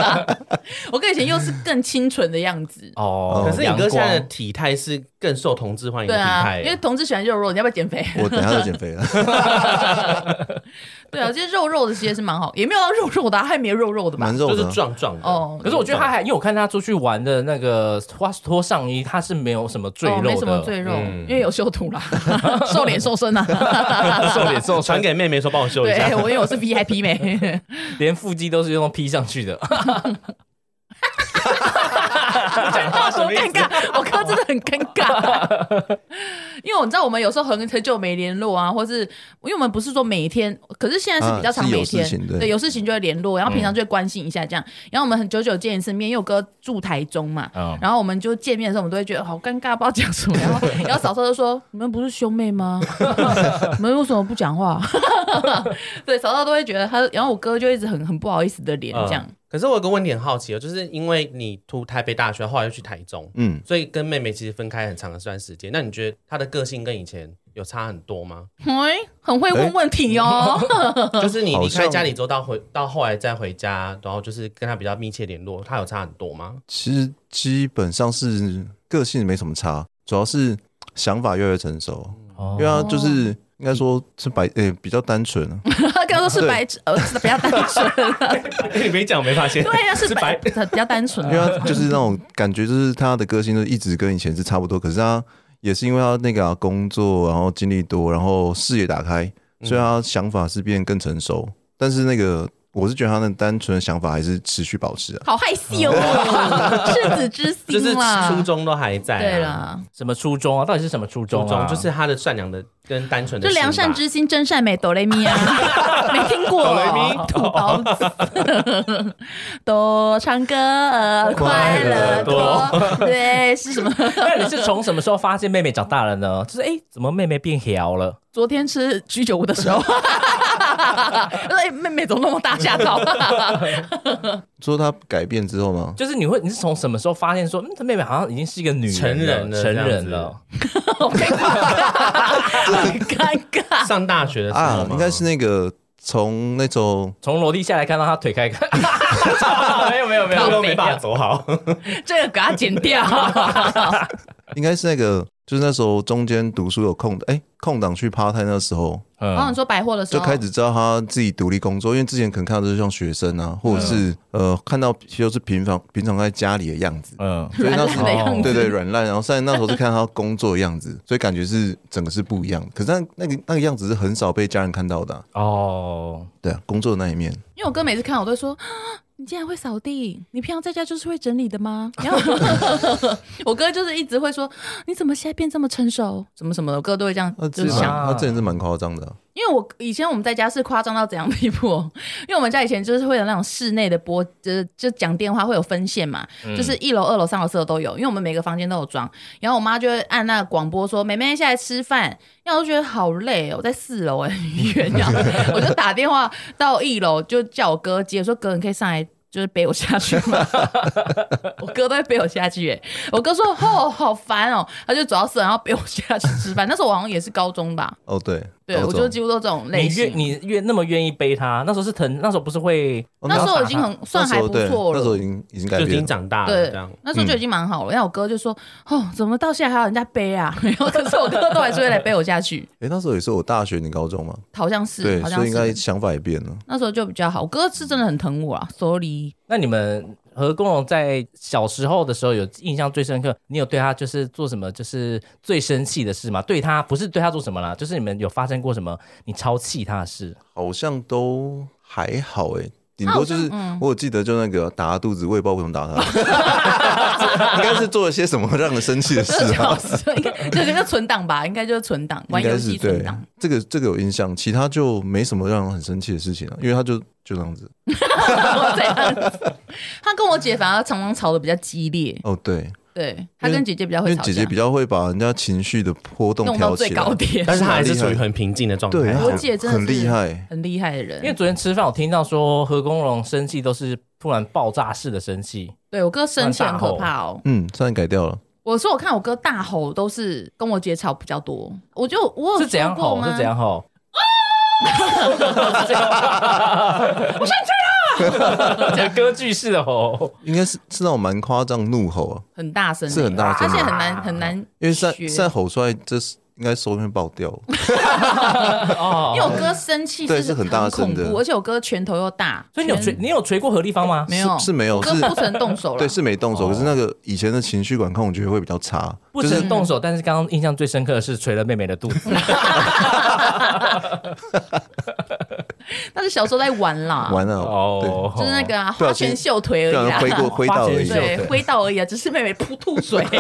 Speaker 2: 我哥以前又是更清纯的样子。
Speaker 3: 哦，
Speaker 1: 可是你哥现在
Speaker 3: 阳
Speaker 1: 的
Speaker 3: 光
Speaker 1: 体态是更受同志欢迎
Speaker 2: 对
Speaker 1: 的体
Speaker 2: 啊，
Speaker 1: 态
Speaker 2: 因为，同志喜欢肉肉，你要不要减肥？
Speaker 4: 我等一下就减 肥了。
Speaker 2: 对啊，这些肉肉的其实是蛮好，也没有到肉肉的、啊，还没有肉肉的吧
Speaker 4: 蛮？肉
Speaker 1: 就是
Speaker 4: 的啊，
Speaker 1: 壮壮 的。
Speaker 2: 哦
Speaker 3: 可是我觉得他还，因为我看他出去玩的那个脱脱上衣，他是没有什么赘
Speaker 2: 哦，没
Speaker 3: 肉
Speaker 2: 什么
Speaker 3: 的，
Speaker 2: 赘肉，
Speaker 1: 嗯
Speaker 2: 因为有修图啦，瘦脸瘦身啊。
Speaker 3: 瘦脸瘦
Speaker 1: 传
Speaker 3: 穿，
Speaker 1: 给妹妹 说帮我修一
Speaker 2: 对
Speaker 1: 下，
Speaker 2: 我，因为我是 VIP 妹。
Speaker 3: 连腹肌都是用披上去的。讲话什
Speaker 2: 多
Speaker 3: 么意
Speaker 2: 尴
Speaker 3: 思？
Speaker 2: 尬！我哥真的很尴尬，因为我知道我们有时候很很久没联络啊，或是因为我们不是说每天，可是现在是比较常
Speaker 4: 啊是有
Speaker 2: 每天，
Speaker 4: 事情嗯的
Speaker 2: 对，有事情就会联络，然后平常就会关心一下这样。然后我们很久久见一次面，因为我哥住台中嘛，
Speaker 4: 啊
Speaker 3: 嗯，
Speaker 2: 然后我们就见面的时候，我们都会觉得好尴尬，不知道讲 什么。然后，然后嫂嫂就说：“你们不是兄妹吗？你们为什么不讲话？” 对，嫂嫂都会觉得他，然后我哥就一直很很不好意思的脸这样。
Speaker 1: 嗯可是我有个问题很好奇哦，就是因为你读台北大学，后来又去台中，
Speaker 4: 嗯，
Speaker 1: 所以跟妹妹其实分开很长的一段时间。那你觉得她的个性跟以前有差很多吗？
Speaker 4: 啊
Speaker 2: 喂、哎很会问问题哦。
Speaker 4: 哎
Speaker 1: 就是你
Speaker 4: 好
Speaker 1: 离
Speaker 4: 像
Speaker 1: 开家里之后，到回到后来再回家，然后就是跟她比较密切联络，她有差很多吗？
Speaker 4: 其实基本上是个性没什么差，主要是想法越来越成熟，因为
Speaker 3: 哦
Speaker 4: 他就是应该说是白呃、比较单纯啊，
Speaker 2: 他刚刚说是白痴，呃，是比较单纯。
Speaker 1: 你没讲，我没发现。
Speaker 2: 对呀，啊是白，比较单纯啊
Speaker 4: 因。为他就是那 种感觉，就是他的个性就是一直跟以前是差不多，可是他也是因为他那个啊、工作，然后经历多，然后视野打开，所以他想法是变更成熟，但是那个我是觉得他的单纯的想法还是持续保持啊。
Speaker 2: 好害羞哦，赤子之
Speaker 1: 就是
Speaker 2: 心啦。
Speaker 1: 初衷都还在、啊，
Speaker 2: 对，啦，
Speaker 3: 什么初衷啊？到底是什么初
Speaker 1: 初
Speaker 3: 衷啊？
Speaker 1: 衷就是她的善良的跟单纯的
Speaker 2: 就
Speaker 1: 心吧，
Speaker 2: 良善之心，真善美，哆来咪啊，没听过、
Speaker 1: 哆来咪
Speaker 2: 土包子，多唱歌儿快乐多，对，是什么？
Speaker 3: 那你是从什么时候发现妹妹长大了呢？就是哎、诶怎么妹妹变小了？
Speaker 2: 昨天吃居酒屋的时候， 哎，妹妹怎么那么大吓到？
Speaker 4: 说他改变之后吗？
Speaker 3: 就是你会，你是从什么时候发现说，嗯，她妹妹好像已经是一个女
Speaker 1: 成人了
Speaker 3: 了，成
Speaker 1: 这样
Speaker 3: 人
Speaker 1: 子
Speaker 3: 了？
Speaker 2: 好尴尬，很尴尬。
Speaker 1: 上大学的时候
Speaker 4: 啊
Speaker 1: 吗，
Speaker 4: 应该是那个从那种
Speaker 3: 从楼梯下来看到她腿开 开，没有没有没有，
Speaker 1: 都啊没办法走好。
Speaker 2: 这个给他剪掉，
Speaker 4: 应该是那个，就是那时候中间读书有空的，哎、空档去趴 a 那时候，
Speaker 2: 然后你
Speaker 3: 嗯，
Speaker 2: 说百货的时
Speaker 4: 就
Speaker 2: 候，
Speaker 4: 开始知道他自己独立工作，因为之前可能看到就是像学生
Speaker 2: 嗯
Speaker 4: 啊，或者是、呃看到就是平常平常在家里的样子，
Speaker 3: 嗯，
Speaker 4: 所以那时
Speaker 2: 软烂的
Speaker 4: 候、
Speaker 2: 样子
Speaker 4: 对对软烂，然后现在那时候就看到他工作的样子，所 以感觉是整个是不一样的。可是那那个那个样子是很少被家人看到的啊、
Speaker 3: 哦，
Speaker 4: 对啊，工作的那一面，
Speaker 2: 因为我哥每次看我都会说。啊你竟然会扫地？你平常在家就是会整理的吗？然后我 哥就是一直会说，啊你怎么现在变这么成熟？怎么什么的，我哥都会这样
Speaker 4: 那之
Speaker 2: 就
Speaker 4: 前
Speaker 1: 啊
Speaker 2: 想。
Speaker 4: 他之前是蛮夸张的啊、
Speaker 2: 因为我以前我们在家是夸张到怎样的地步哦？ 因为我们家以前就是会有那种室内的播，就是就讲电话会有分线嘛，就是一楼、二楼、三楼、四楼都有，因为我们每个房间都有装。然后我妈就会按那个广播说：“妹妹下来吃饭。”然后我就觉得好累哦，我在四楼哎，很远这样，我就打电话到一楼，就叫我哥接，我说：“哥，你可以上来。”就是背我下去吗？ 我哥都会背我下去、欸，我哥说：“哦，好烦哦。”他就走到四楼，然后背我下去吃饭。那时候我好像也是高中吧，
Speaker 4: 哦对，
Speaker 2: 对，
Speaker 4: 高
Speaker 2: 我
Speaker 4: 中
Speaker 2: 就几乎都这种类
Speaker 3: 你愿
Speaker 2: 型。
Speaker 3: 你愿那么愿意背她，那时候是疼，那时候不是会
Speaker 4: 哦
Speaker 2: 那时候已经
Speaker 3: 那
Speaker 2: 很算还不错
Speaker 4: 那时候对那时候
Speaker 2: 了
Speaker 4: 已，经嗯已经
Speaker 1: 就
Speaker 4: 改
Speaker 1: 已
Speaker 4: 变
Speaker 1: 经
Speaker 4: 了，
Speaker 1: 长大了，
Speaker 2: 对
Speaker 1: 这样。，
Speaker 2: 那时候就已经蛮好了。然后我哥就说：“哦，怎么到现在还要人家背啊？” 然后可是我哥都还是会来背我下去，
Speaker 4: 哎、那时候也是我大学，你高中吗？
Speaker 2: 好像是，
Speaker 4: 对，
Speaker 2: 好
Speaker 4: 所
Speaker 2: 像
Speaker 4: 以应该
Speaker 2: 是。
Speaker 4: 想法也变了。
Speaker 2: 那时候就比较好，我哥是真的很疼我啊，sorry。
Speaker 3: 那你们和公荣在小时候的时候有印象最深刻，你有对他就是做什么就是最生气的事吗？对他不是对他做什么啦，就是你们有发生过什么你超气他的事？
Speaker 4: 好像都还好哎、顶
Speaker 2: 那
Speaker 4: 多
Speaker 2: 好
Speaker 4: 就
Speaker 2: 像
Speaker 4: 是、
Speaker 2: 嗯
Speaker 4: 我有记得就那个打他肚子，我也不知道为什么打他， 应该是做了些什么让人生气的事啊
Speaker 2: 小。时候应该这个叫存档吧，应该就是存档，
Speaker 4: 应
Speaker 2: 玩游
Speaker 4: 该
Speaker 2: 戏
Speaker 4: 是
Speaker 2: 存
Speaker 4: 对
Speaker 2: 档。
Speaker 4: 这个这个有印象，其他就没什么让人很生气的事情了、啊，因为他就就那样子。
Speaker 2: 这样子他跟我姐反而常常吵得比较激烈，
Speaker 4: 哦，对，
Speaker 2: 对他
Speaker 4: 因为
Speaker 2: 跟姐姐比较
Speaker 4: 因
Speaker 2: 会
Speaker 4: 为
Speaker 2: 吵
Speaker 4: 姐姐
Speaker 2: 架，
Speaker 4: 比较会把人家情绪的波动
Speaker 2: 弄到
Speaker 4: 挑起
Speaker 2: 最
Speaker 4: 来
Speaker 2: 高，点，
Speaker 1: 但是她还是
Speaker 4: 是蛮厉
Speaker 1: 处
Speaker 4: 害
Speaker 1: 于很平静的状态。
Speaker 4: 对，
Speaker 2: 我
Speaker 4: 很
Speaker 2: 姐真的
Speaker 4: 很
Speaker 2: 是
Speaker 4: 厉害。
Speaker 2: 很厉害的人。
Speaker 3: 因为昨天吃饭我听到说何公荣生气都是突然爆炸式的生气，
Speaker 2: 对我哥生气很可
Speaker 3: 乱
Speaker 2: 怕哦。
Speaker 4: 嗯，虽然改掉了，
Speaker 2: 我说我看我哥大吼都是跟我姐吵比较多，我就我有
Speaker 3: 是怎
Speaker 2: 说
Speaker 3: 样
Speaker 2: 过
Speaker 3: 吼？
Speaker 2: 吗
Speaker 3: 是怎样吼？哦 我生气了！歌剧式的吼，
Speaker 4: 应该是是那种蛮夸张怒吼啊，
Speaker 2: 很大声欸，
Speaker 4: 是很大声啊
Speaker 2: 而且很难很难学，
Speaker 4: 因为现在现在吼出来，这是应该收音会爆掉。
Speaker 3: 哦
Speaker 2: 因为我哥生气
Speaker 4: 对
Speaker 2: 是
Speaker 4: 是很大声的
Speaker 2: 恐怖而且我哥拳头又大，
Speaker 3: 所以你有
Speaker 2: 拳
Speaker 3: 捶你有捶过何立方吗？
Speaker 2: 没有
Speaker 4: 是是没有
Speaker 2: 我哥
Speaker 4: 是
Speaker 2: 不曾动手了，
Speaker 4: 对，是没动手，
Speaker 3: 哦
Speaker 4: 可是那个以前的情绪管控，我觉得会比较差。
Speaker 3: 不曾动手，但是刚刚印象最深刻的是捶了妹妹的肚子。
Speaker 2: 但是小时候在玩 啦，
Speaker 4: 完了，
Speaker 3: 哦，
Speaker 2: 就是那个啊，
Speaker 4: 不小
Speaker 2: 花
Speaker 4: 心
Speaker 2: 拳绣腿而
Speaker 4: 对，不
Speaker 2: 已
Speaker 4: 然
Speaker 2: 啦。
Speaker 4: 挥过挥到而已
Speaker 3: 花。拳绣
Speaker 2: 对，挥到而已啊，只是妹妹噗吐水， 没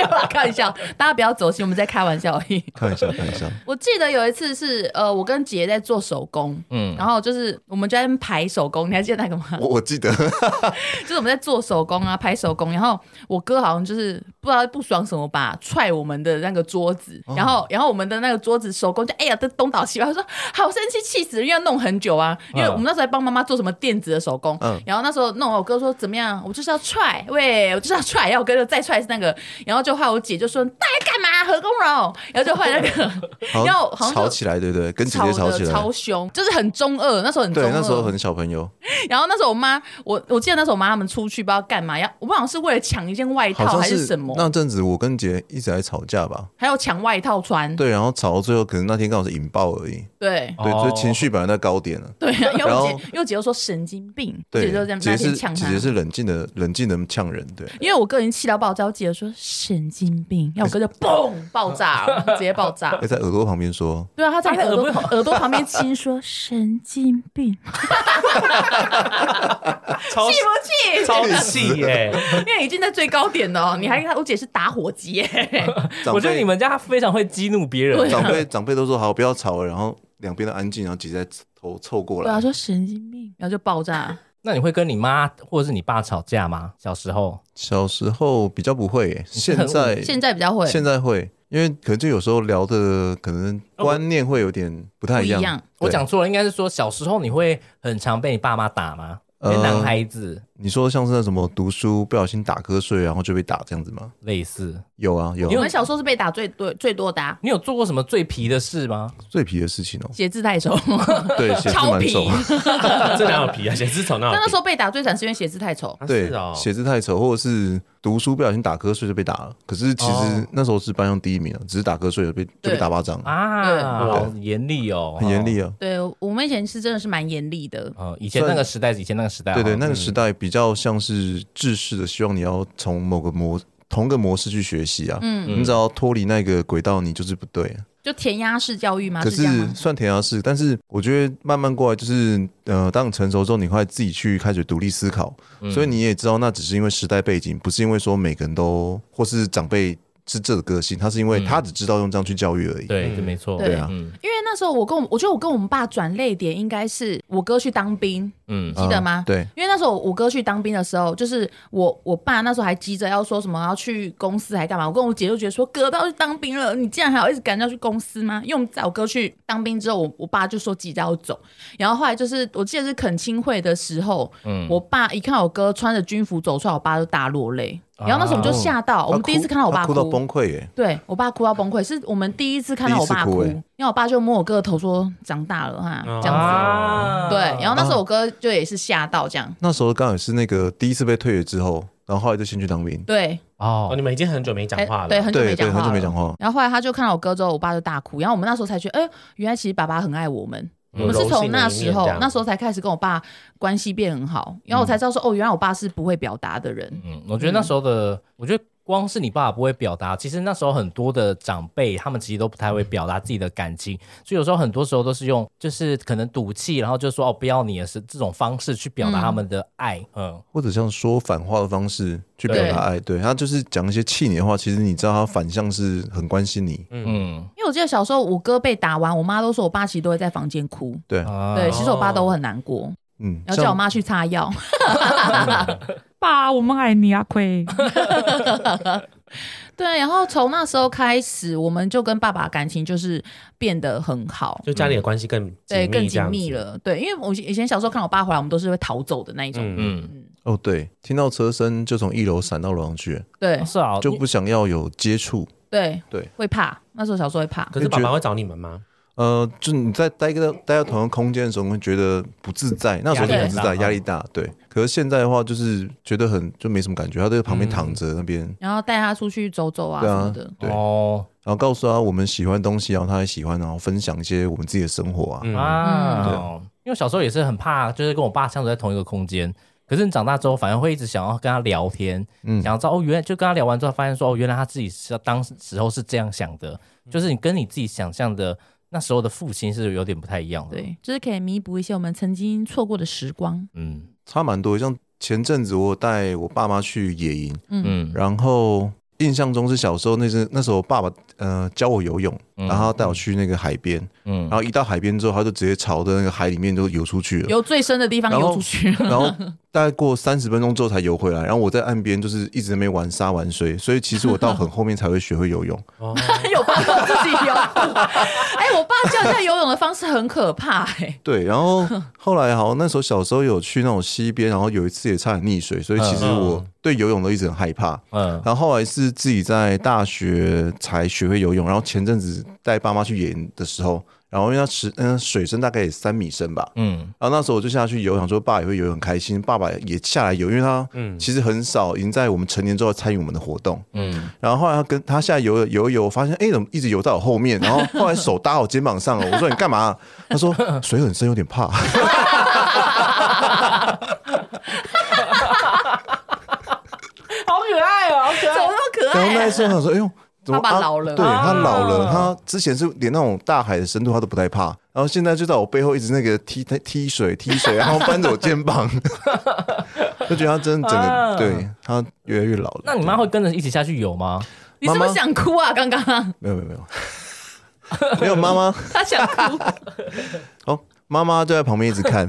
Speaker 2: 有啦，开玩笑，大家不要走心，我们在开玩笑而已。
Speaker 4: 开玩笑，开玩笑。
Speaker 2: 我记得有一次是呃，我跟姐在做手工，
Speaker 3: 嗯
Speaker 2: 嗯，然后就是我们就在那边排手工，你还记得那个吗？
Speaker 4: 我我记得
Speaker 2: 就是我们在做手工啊，拍手工，然后我哥好像就是不知道不爽什么吧，踹我们的那个桌子，然后然后我们的那个桌子手工就哎呀，这东倒西歪，他说好生气，气死人，因为要弄很久啊，因为
Speaker 3: 嗯
Speaker 2: 我们那时候还帮妈妈做什么电子的手工，
Speaker 4: 嗯
Speaker 2: 然后那时候弄，我哥说怎么样，我就是要踹，喂，我就是要踹，然后我哥就再踹一次那个，然后就后来我姐就说你到底干嘛何公荣，然后就换那个，
Speaker 4: 好
Speaker 2: 然后好
Speaker 4: 像
Speaker 2: 像就
Speaker 4: 吵起来，对不对？跟姐
Speaker 2: 吵
Speaker 4: 姐吵
Speaker 2: 的
Speaker 4: 起来
Speaker 2: 超，凶，就是很中二，那时候很中
Speaker 4: 对
Speaker 2: 二，，
Speaker 4: 那时候很小朋友，
Speaker 2: 然后那时候我妈，我我记得那时候我妈他们出去不知道干嘛，要我们好像是为了抢一件外
Speaker 4: 好
Speaker 2: 套
Speaker 4: 像
Speaker 2: 还是什么，
Speaker 4: 那阵子我跟姐一直在吵架吧。
Speaker 2: 还有抢外套穿，
Speaker 4: 对，然后吵到最后，可能那天刚好是引爆而已。
Speaker 2: 对
Speaker 4: 对，所以情绪本来在高点了。
Speaker 2: 对，然
Speaker 4: 然
Speaker 2: 后
Speaker 4: 后
Speaker 2: 我姐，因为我姐又说神经病，我
Speaker 4: 对
Speaker 2: 姐就这样，
Speaker 4: 姐
Speaker 2: 那
Speaker 4: 是
Speaker 2: 天呛
Speaker 4: 姐
Speaker 2: 她
Speaker 4: 姐。是冷静的，冷静的呛人， 对。
Speaker 2: 因为我哥已经气到爆炸，我姐说神经病，然后我 哥就嘣爆炸，直接爆炸。
Speaker 4: 会在耳朵旁边说，
Speaker 2: 对啊，他在
Speaker 3: 他在
Speaker 2: 耳朵
Speaker 3: 耳朵
Speaker 2: 耳朵旁边亲 说神经病，
Speaker 4: 哦
Speaker 1: 超
Speaker 2: 气不气？
Speaker 1: 超气 耶！
Speaker 2: 因为已经在最高点了哦，你还我姐是打火机耶，
Speaker 4: 长
Speaker 3: 我觉得
Speaker 4: 辈
Speaker 3: 你们家非常会激怒别人
Speaker 2: 对，
Speaker 4: 长辈长辈都说好，不要吵了，然后两边都安静，然后姐姐在头凑过
Speaker 2: 对啊，
Speaker 4: 来，
Speaker 2: 说神经病，然后就爆 炸。
Speaker 3: 那你会跟你妈或者是你爸吵架吗？小时候，
Speaker 4: 小时候比较不会耶，
Speaker 3: 是很
Speaker 4: 现在
Speaker 2: 现在比较会哦
Speaker 4: 现在会，因为可能就有时候聊的可能观念会有点不太一样。
Speaker 2: 不一样
Speaker 4: 对
Speaker 3: 我讲错了，应该是说小时候你会很常被你爸妈打吗？因为
Speaker 4: 呃
Speaker 3: 男孩子
Speaker 4: 你说像是那什么读书不小心打瞌睡，然后就被打这样子吗？
Speaker 3: 类似，
Speaker 4: 有啊有
Speaker 2: 我
Speaker 3: 因
Speaker 4: 啊，
Speaker 3: 为
Speaker 2: 们小时候是被打最多最多的啊，
Speaker 3: 你有做过什么最皮的事吗？
Speaker 4: 最皮的事情哦、
Speaker 2: 写字太丑。
Speaker 4: 对，写字
Speaker 2: 超
Speaker 4: 蛮
Speaker 2: 皮
Speaker 4: 丑，
Speaker 1: 这哪有皮啊？写字丑哪有皮？
Speaker 2: 但那时候被打最惨是因为写字太丑，
Speaker 1: 啊
Speaker 4: 对
Speaker 1: 是哦，，
Speaker 4: 写字太丑，或者是读书不小心打瞌睡就被打了。可是其
Speaker 3: 哦
Speaker 4: 实那时候是班上第一名啊，只是打瞌睡了被就被打巴掌，
Speaker 2: 对
Speaker 3: 啊，好
Speaker 4: 对
Speaker 3: 严厉哦，
Speaker 4: 很严厉啊。
Speaker 2: 对我们以前是真的是蛮严厉的，
Speaker 3: 哦。以前那个时代，以前那个时代，
Speaker 4: 对对，
Speaker 3: 哦
Speaker 4: 那个
Speaker 3: 嗯
Speaker 4: 时代比较像是制式的，希望你要从某个模同个模式去学习啊。
Speaker 2: 嗯
Speaker 4: 你只要脱离那个轨道，你就是不对啊。
Speaker 2: 就填鸭式教育嘛，
Speaker 4: 可
Speaker 2: 啊是这样
Speaker 4: 是
Speaker 2: 吗？
Speaker 4: 算填鸭式，但是我觉得慢慢过来就是，呃，当你成熟之后，你会自己去开始独立思考，
Speaker 3: 嗯
Speaker 4: 所以你也知道那只是因为时代背景，不是因为说每个人都或是长辈是这个个性，他是因为他只知道用这样去教育而已。
Speaker 3: 嗯对，就没错，
Speaker 2: 对
Speaker 4: 啊
Speaker 3: 嗯
Speaker 2: 因为那时候我跟我，我觉得我跟我们爸转泪点应该是我哥去当兵，
Speaker 3: 嗯，
Speaker 2: 记得吗
Speaker 4: 啊对，
Speaker 2: 因为那时候我哥去当兵的时候，就是我我爸那时候还急着要说什么要去公司还干嘛，我跟我姐就觉得说哥都要去当兵了，你竟然还要一直赶着要去公司吗？因为我们在我哥去当兵之后，我我爸就说急着要走，然后后来就是我记得是恳亲会的时候，我爸一看我哥穿着军服走出来，我爸就大落泪，然后那时候我们就吓到，哦我们第一次看到我爸
Speaker 4: 他哭到崩溃耶，
Speaker 2: 对我爸哭到崩溃，是我们第一次看到我爸
Speaker 4: 第一次
Speaker 2: 哭，
Speaker 4: 哭欸
Speaker 2: 因为我爸就摸我哥的头说长大了哈，
Speaker 1: 哦
Speaker 2: 这样子。
Speaker 3: 啊
Speaker 2: 对，然后那时候我哥就也是吓到这样，
Speaker 4: 那时候刚好是那个第一次被退了之后，然后后来就先去当兵，
Speaker 2: 对，
Speaker 1: 哦，
Speaker 3: 哦
Speaker 1: 你，们已经很久没讲
Speaker 2: 哎
Speaker 1: 话了，
Speaker 2: 对，很久没
Speaker 4: 对对，
Speaker 2: 讲话，
Speaker 4: 很久没讲。话，
Speaker 2: 然后后来他就看到我哥之后，我爸就大哭，然后我们那时候才觉得，哎，原来其实爸爸很爱我们。我
Speaker 1: 有柔
Speaker 2: 们是
Speaker 1: 性的一面这样，
Speaker 2: 从那时候，那时候才开始跟我爸关系变很好，然后我才知道说，哦，原来我爸是不会表达的人。
Speaker 3: 嗯，我觉得那时候的，我觉得光是你爸爸不会表达，其实那时候很多的长辈他们其实都不太会表达自己的感情，所以有时候很多时候都是用就是可能赌气，然后就说哦不要你也是这种方式去表达他们的爱，嗯，
Speaker 4: 或者像说反话的方式去表达爱，对他就是讲一些气你的话，其实你知道他反向是很关心你，
Speaker 3: 嗯
Speaker 2: 因为我记得小时候我哥被打完，我妈都说我爸其实都会在房间哭。
Speaker 4: 对，
Speaker 3: 啊
Speaker 2: 对，其实我爸都很难过，
Speaker 4: 嗯，
Speaker 2: 然后叫我
Speaker 4: 像
Speaker 2: 妈去 擦药。
Speaker 5: 爸，我们爱你啊，亏。
Speaker 2: 对，然后从那时候开始，我们就跟爸爸感情就是变得很好，
Speaker 1: 就家里的关系更
Speaker 2: 对，更
Speaker 1: 这
Speaker 2: 紧
Speaker 1: 样
Speaker 2: 密
Speaker 1: 子。
Speaker 2: 了。对，因为我以前小时候看我爸回来，我们都是会逃走的那一种。
Speaker 1: 嗯，
Speaker 3: 嗯，
Speaker 4: 哦，对，听到车声就从一楼闪到楼上去，
Speaker 2: 对
Speaker 3: 是啊，
Speaker 4: 就不想要有接触。
Speaker 2: 对
Speaker 4: 对，
Speaker 2: 会怕。那时候小时候会怕，
Speaker 1: 可是爸爸会找你们吗？
Speaker 4: 呃，就你在待个待在同一个空间的时候，会觉得不自在，那时候就不自在，
Speaker 3: 压
Speaker 4: 压
Speaker 3: 力嗯
Speaker 4: 力大。对，可是现在的话，就是觉得很就没什么感觉，他在旁边躺着那边，
Speaker 2: 然后带他出去走走啊
Speaker 4: 对
Speaker 2: 什么
Speaker 4: 啊
Speaker 2: 的。，
Speaker 4: 对，
Speaker 3: 哦
Speaker 4: 然后告诉他我们喜欢的东西，然后他也喜欢，然后分享一些我们自己的生活啊。
Speaker 1: 嗯，
Speaker 3: 啊，
Speaker 4: 嗯
Speaker 3: 因为我小时候也是很怕，就是跟我爸相处在同一个空间。可是你长大之后，反而会一直想要跟他聊天，
Speaker 4: 嗯
Speaker 3: 想要知道哦，原来就跟他聊完嗯之后，发现说哦，原来他自己是当时候是这样想的，就是你跟你自己想象的那时候的父亲是有点不太一样的。，
Speaker 2: 对，就是可以弥补一些我们曾经错过的时光。
Speaker 3: 嗯
Speaker 4: 差蛮多。像前阵子我有带我爸妈去野营，
Speaker 2: 嗯
Speaker 3: 嗯，
Speaker 4: 然后印象中是小时候那是那时候我爸爸呃教我游泳，
Speaker 3: 嗯
Speaker 4: 然后带我去那个海边，
Speaker 3: 嗯
Speaker 4: 然后一到海边之后，他就直接朝着那个海里面就游出去了。
Speaker 2: 由最深的地方
Speaker 4: 然后
Speaker 2: 游出去。
Speaker 4: 然后大概过三十分钟之后才游回来，然后我在岸边就是一直在那边玩沙玩水，所以其实我到很后面才会学会游泳。
Speaker 1: 哦，
Speaker 2: 有办法自己 游。哎、我爸教人家游泳的方式很可怕哎、
Speaker 4: 对，然后后来好像那时候小时候有去那种溪边，然后有一次也差点溺水，所以其实
Speaker 1: 嗯
Speaker 4: 我对游泳都一直很害怕。
Speaker 3: 嗯
Speaker 4: 然后后来是自己在大学才学会游泳，然后前阵子带爸妈去野营的时候，然后因为那池嗯、水深大概也三米深吧，
Speaker 3: 嗯
Speaker 4: 然后那时候我就下去游，想说爸也会游，很开心，爸爸也下来游，因为他
Speaker 1: 嗯
Speaker 4: 其实很少已经在我们成年之后参与我们的活动。
Speaker 3: 嗯，
Speaker 4: 然后后来他跟他下来游了游一游，我发现哎、怎么一直游到我后面？然后后来手搭我肩膀上了，我说你干嘛？他说水很深，有点怕。
Speaker 3: 好可爱哦，好可
Speaker 2: 怎么那么可
Speaker 4: 然后
Speaker 2: 爱、
Speaker 4: 那一
Speaker 2: 啊？
Speaker 4: 次我想说，哎呦，怎么
Speaker 2: 爸爸
Speaker 4: 啊
Speaker 2: 老了
Speaker 4: 对他老了，
Speaker 3: 啊
Speaker 4: 他之前是连那种大海的深度他都不太怕，然后现在就在我背后一直那个踢踢踢水踢水，然后扳着我肩膀， 就觉得他真的整个、
Speaker 3: 啊
Speaker 4: 对他越来越老了。
Speaker 3: 那你妈会跟着一起下去游吗？
Speaker 2: 你是不
Speaker 4: 妈
Speaker 2: 是
Speaker 4: 妈
Speaker 2: 想哭啊？刚刚
Speaker 4: 没有没有没有没有妈 妈
Speaker 2: 他想哭，
Speaker 4: 哦，妈妈就在旁边一直看，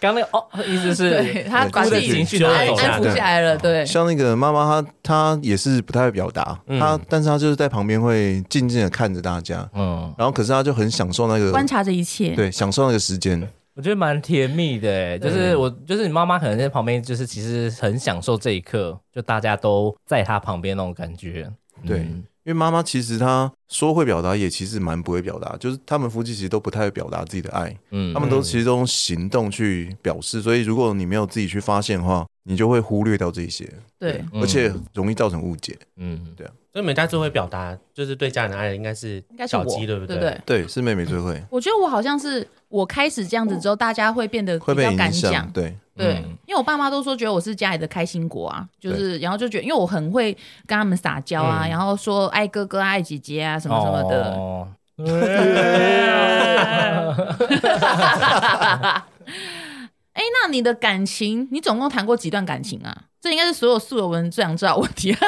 Speaker 3: 刚刚那个哦，意思
Speaker 2: 对
Speaker 3: 是
Speaker 2: 他把
Speaker 3: 哭
Speaker 2: 自
Speaker 3: 的
Speaker 2: 己
Speaker 3: 情绪拿
Speaker 2: 安
Speaker 3: 走
Speaker 1: 对
Speaker 2: 安
Speaker 3: 了。
Speaker 2: 抚下来了， 对。
Speaker 4: 像那个妈妈她她也是不太会表达，
Speaker 1: 嗯
Speaker 4: 她但是她就是在旁边会静静的看着大家，
Speaker 3: 嗯，
Speaker 4: 然后可是她就很享受那个
Speaker 2: 观察着一切，
Speaker 4: 对享受那个时间。
Speaker 3: 我觉得蛮甜蜜的欸，就是我，就是你妈妈可能在旁边，就是其实很享受这一刻，就大家都在她旁边那种感觉。
Speaker 4: 对
Speaker 3: 嗯
Speaker 4: 因为妈妈其实她说会表达，也其实蛮不会表达，就是他们夫妻其实都不太会表达自己的爱，
Speaker 3: 嗯
Speaker 4: 他们都其实都用行动去表示，所以如果你没有自己去发现的话，你就会忽略掉这些，
Speaker 2: 对，
Speaker 3: 嗯
Speaker 4: 而且容易造成误解。
Speaker 3: 嗯
Speaker 1: 所以你们家最会表达就是对家人的爱，应该是
Speaker 2: 应该是
Speaker 1: 小
Speaker 2: 我，
Speaker 1: 鸡，对不
Speaker 2: 不对？
Speaker 1: 对？
Speaker 4: 对，是妹妹最会
Speaker 2: 我觉得我好像是我开始这样子之后，大家会变得
Speaker 4: 哦会
Speaker 2: 比
Speaker 4: 被
Speaker 2: 较敢
Speaker 4: 影
Speaker 2: 讲
Speaker 4: 响，，对，
Speaker 2: 对，
Speaker 3: 嗯
Speaker 2: 因为我爸妈都说觉得我是家里的开心果啊，就是然后就觉得因为我很会跟他们撒娇啊，
Speaker 1: 嗯
Speaker 2: 然后说爱哥哥爱姐姐啊什么什么的，
Speaker 3: 哦
Speaker 2: 哎、那你的感情，你总共谈过几段感情啊？这应该是所有素友文最想知道的问题。啊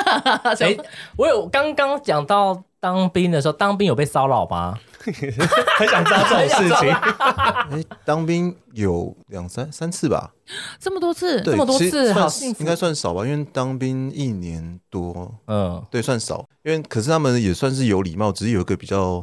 Speaker 3: 哎，我有刚刚讲到当兵的时候，当兵有被骚扰吗？
Speaker 1: 很想知道这种事情，
Speaker 4: 哎，当兵有两三三次吧，
Speaker 2: 这么多次，
Speaker 4: 对
Speaker 2: 这么多
Speaker 4: 其实
Speaker 2: 次，
Speaker 4: 算
Speaker 2: 好幸福。
Speaker 4: 应该算少吧，因为当兵一年多，
Speaker 3: 嗯，
Speaker 4: 对，算少，因为可是他们也算是有礼貌，只是有一个比较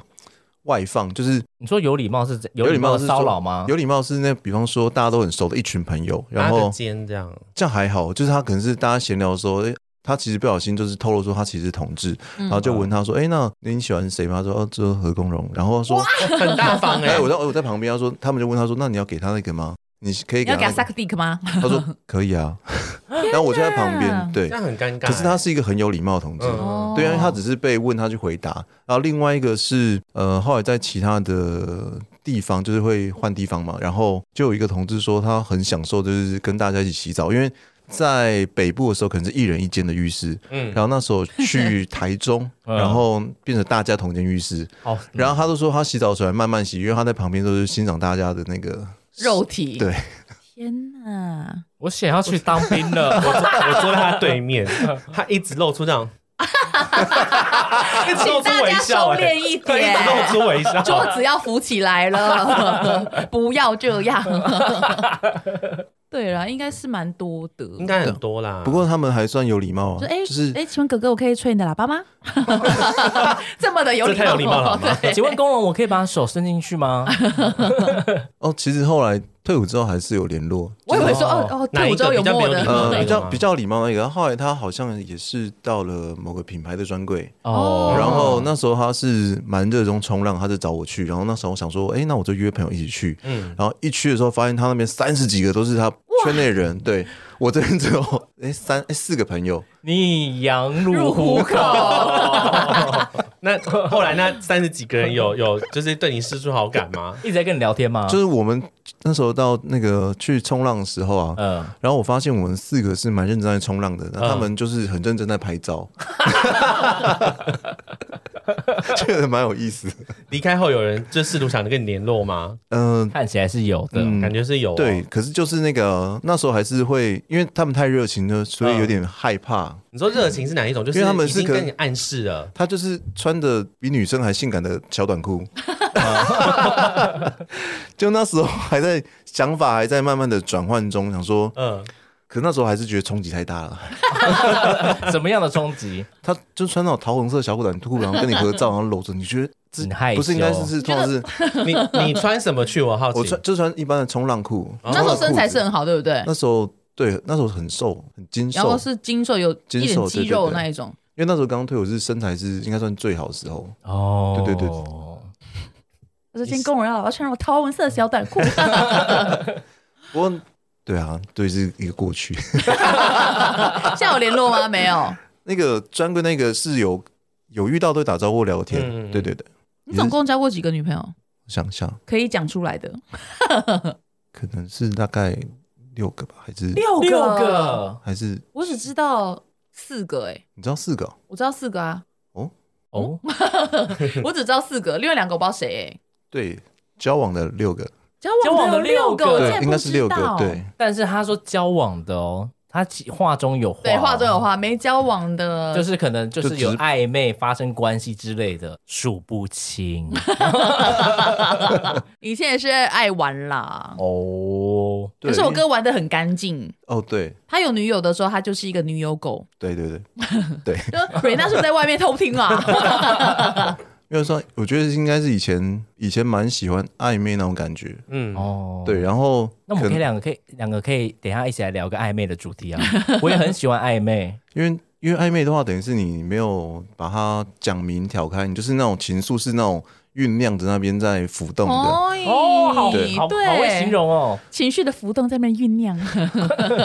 Speaker 4: 外放，就是
Speaker 3: 你说有礼貌是有
Speaker 4: 礼
Speaker 3: 礼貌
Speaker 4: 貌
Speaker 3: 的
Speaker 4: 是
Speaker 3: 骚
Speaker 4: 说
Speaker 3: 扰吗？
Speaker 4: 有礼貌是那，比方说大家都很熟的一群朋友，然
Speaker 1: 拉个
Speaker 4: 后
Speaker 1: 肩这样，
Speaker 4: 这样还好，就是他可能是大家闲聊的时候，诶他其实不小心就是透露说他其实是同志，
Speaker 2: 嗯
Speaker 4: 然后就问他说：“哎、那你喜欢谁吗？”他说：“哦，这何公荣。”然后他说
Speaker 1: 很大方：“哎
Speaker 4: 哎，我在我在旁边。”他说：“他们就问他说：‘那你要给他那个吗？你可以
Speaker 2: 你
Speaker 4: 给
Speaker 2: 要
Speaker 4: 他、
Speaker 2: 给他萨
Speaker 4: 那个啊
Speaker 2: 克蒂克吗？
Speaker 4: 他说：“可以啊。” 然后我就在旁边，对
Speaker 1: 这，样很尴尬。哎
Speaker 4: 可是他是一个很有礼貌的同志，
Speaker 1: 嗯
Speaker 2: 哦
Speaker 4: 对，因为他只是被问，他去回答。然后另外一个是，呃，后来在其他的地方，就是会换地方嘛。然后就有一个同志说，他很享受，就是跟大家一起洗澡，因为在北部的时候可能是一人一间的浴室，
Speaker 1: 嗯
Speaker 4: 然后那时候去台中，
Speaker 3: 嗯
Speaker 4: 然后变成大家同间浴室。
Speaker 3: 哦，
Speaker 4: 然后他都说他洗澡的时候还慢慢洗，因为他在旁边都是欣赏大家的那个。
Speaker 2: 肉体，
Speaker 4: 对，
Speaker 2: 天哪！
Speaker 3: 我想要去当兵 了，
Speaker 1: 我坐在他对面，他一直露出 这样，一直露出
Speaker 2: 请大
Speaker 1: 微
Speaker 2: 家
Speaker 1: 笑、
Speaker 2: 收敛
Speaker 1: 哎，
Speaker 2: 一
Speaker 1: 对，一
Speaker 2: 点，
Speaker 1: 直露出微笑。
Speaker 2: 桌子要扶起来了， 不要这样。 对了，应该是蛮多的。
Speaker 1: 应该很多啦，
Speaker 4: 不过他们还算有礼貌啊
Speaker 2: 说，哎，
Speaker 4: 就是
Speaker 2: 哎，请问哥哥，我可以吹你的喇叭吗？ 这么的有
Speaker 1: 这
Speaker 2: 礼
Speaker 1: 太有礼貌了好吗
Speaker 2: 对
Speaker 3: 请问工人，我可以把手伸进去 吗？
Speaker 4: 哦，其实后来退伍之后还是有联络，
Speaker 2: 我以为说哦哦，
Speaker 1: 哪
Speaker 2: 退
Speaker 1: 一
Speaker 2: 伍之后
Speaker 1: 个
Speaker 2: 有
Speaker 1: 比较没
Speaker 2: 摸
Speaker 1: 有礼貌
Speaker 2: 的，嗯
Speaker 4: 呃，
Speaker 1: 那
Speaker 4: 比
Speaker 1: 个
Speaker 4: 较
Speaker 1: 吗
Speaker 4: 比较礼貌那个，后来他好像也是到了某个品牌的专柜，
Speaker 2: 哦
Speaker 4: 然后那时候他是蛮热衷冲浪，他就找我去，然后那时候我想说，哎、那我就约朋友一起去，
Speaker 1: 嗯，
Speaker 4: 然后一去的时候发现他那边三十几个都是他圈内人，对我这边只有哎三哎四个朋友，
Speaker 3: 你羊入虎口，
Speaker 1: 那后来那三十几个人有有就是对你示出好感吗？
Speaker 3: 一直在跟你聊天吗？
Speaker 4: 就是我们那时候到那个去冲浪的时候啊，
Speaker 3: 嗯，
Speaker 4: 然后我发现我们四个是蛮认真在冲浪的，那他们就是很认真在拍照， 这个蛮有意思的。
Speaker 1: 离开后有人就试图想着跟你联络吗？
Speaker 4: 嗯、
Speaker 3: 看起来是有的。
Speaker 4: 嗯
Speaker 1: 感觉是有、哦，
Speaker 4: 对，，可是就是那个那时候还是会，因为他们太热情了，所以有点害怕。
Speaker 1: 你说热情是哪一种？就是
Speaker 4: 因为他们
Speaker 1: 已
Speaker 4: 是
Speaker 1: 经
Speaker 4: 可
Speaker 1: 跟你暗示了，
Speaker 4: 他就是穿的比女生还性感的小短裤， 就那时候还在想法还在慢慢的转换中，想说，
Speaker 1: 嗯，
Speaker 4: 可是那时候还是觉得冲击太大了。
Speaker 3: 什么样的 冲击？
Speaker 4: 他就穿那种桃红色小短裤，然后跟你合照，然后搂着，你觉得这
Speaker 3: 很害羞
Speaker 4: 不是应该是是通常是
Speaker 1: 你你穿什么去？我好奇，
Speaker 4: 我穿就穿一般的冲浪裤，
Speaker 1: 那
Speaker 2: 哦那时候身材是
Speaker 4: 冲
Speaker 2: 很
Speaker 4: 浪裤子
Speaker 2: 好，对不对？
Speaker 4: 那时候对那时候很瘦很精
Speaker 2: 然后
Speaker 4: 瘦，
Speaker 2: 是精瘦，有一
Speaker 4: 精
Speaker 2: 点
Speaker 4: 瘦
Speaker 2: 肌
Speaker 4: 对对
Speaker 2: 肉
Speaker 4: 对
Speaker 2: 那一种。
Speaker 4: 因为那时候刚退我是身材是应该算最好的时候，
Speaker 3: 哦
Speaker 4: 对对对
Speaker 3: 对，
Speaker 2: 我说今天跟我要我要穿我桃红色的小短裤，
Speaker 4: 不过对啊，对是一个过去。
Speaker 2: 现在有联络吗？没有。
Speaker 4: 那个专柜那个是有有遇到都会打招呼聊天，
Speaker 1: 嗯
Speaker 4: 对对对，
Speaker 2: 你总共交过几个女朋友？
Speaker 4: 想一下
Speaker 2: 可以讲出来的
Speaker 4: 可能是大概六个吧，还是
Speaker 2: 六
Speaker 3: 六，个
Speaker 4: 还是
Speaker 2: 我只知道四个哎、
Speaker 4: 你知道四个哦、
Speaker 2: 我知道四个啊，
Speaker 3: 哦，
Speaker 2: 我只知道四个，另外两个我不知道谁哎、
Speaker 4: 对，交往的六个，
Speaker 2: 交往的有六个，
Speaker 3: 交往
Speaker 2: 我竟
Speaker 3: 的对
Speaker 4: 对，
Speaker 2: 然
Speaker 4: 应
Speaker 2: 不
Speaker 4: 该是
Speaker 2: 知
Speaker 4: 六
Speaker 2: 道
Speaker 4: 个，。对，
Speaker 3: 但是他说交往的哦，他其话中有话，
Speaker 2: 对，话中有，话，没交往的，
Speaker 3: 就是可能就是有
Speaker 4: 就直
Speaker 3: 暧昧、发生关系之类的，数不 清
Speaker 2: 以前也是爱玩啦。
Speaker 3: 哦。
Speaker 4: 对
Speaker 2: 可是我
Speaker 4: 因
Speaker 2: 哥玩的很干净，
Speaker 4: 为哦，对
Speaker 2: 他有女友的时候，他就是一个女友狗。
Speaker 4: 对对对对，
Speaker 2: 就瑞娜是不是在外面偷听啊？
Speaker 4: 因为说我觉得应该是以前以前蛮喜欢暧昧那种感觉，
Speaker 1: 嗯，
Speaker 3: 哦，
Speaker 4: 对，，然后
Speaker 3: 那我们可
Speaker 4: 可
Speaker 3: 以
Speaker 4: 能
Speaker 3: 两个可以两个可以等一下一起来聊个暧昧的 主题啊！我也很喜欢暧昧，
Speaker 4: 因为因为暧昧的话，等于是你没有把它讲明挑开，你就是那种情愫是那种酝酿着那边在浮动的，
Speaker 2: 哎
Speaker 3: 哦，好
Speaker 2: 对，
Speaker 3: 好好会形容哦，
Speaker 2: 情绪的浮动在那边酝酿。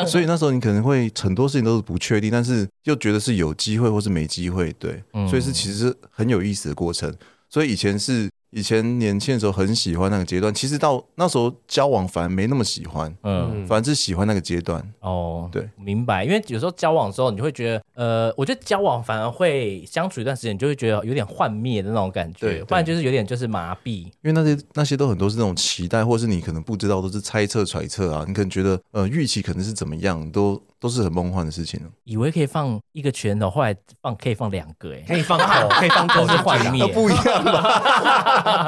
Speaker 4: 所以那时候你可能会很多事情都是不确定，但是又觉得是有机会或是没机会，对，
Speaker 3: 嗯
Speaker 4: 所以是其实是很有意思的过程。所以以前是以前年轻的时候很喜欢那个阶段，其实到那时候交往反而没那么喜欢，
Speaker 3: 嗯，
Speaker 4: 反而是喜欢那个阶段。
Speaker 3: 哦，
Speaker 4: 对，
Speaker 3: 明白。因为有时候交往之后，你会觉得，呃，我觉得交往反而会相处一段时间，你就会觉得有点幻灭的那种感
Speaker 4: 对
Speaker 3: 觉，
Speaker 4: 对
Speaker 3: 不然就是有点就是麻痹。
Speaker 4: 因为那些那些都很多是那种期待，或是你可能不知道，都是猜测揣测啊。你可能觉得，呃，预期可能是怎么样，都都是很梦幻的事情。
Speaker 3: 以为可以放一个拳头，后来放可以放两个、欸，哎，
Speaker 1: 可以放口，可以放口
Speaker 3: 都是幻灭。
Speaker 4: 不一样吧？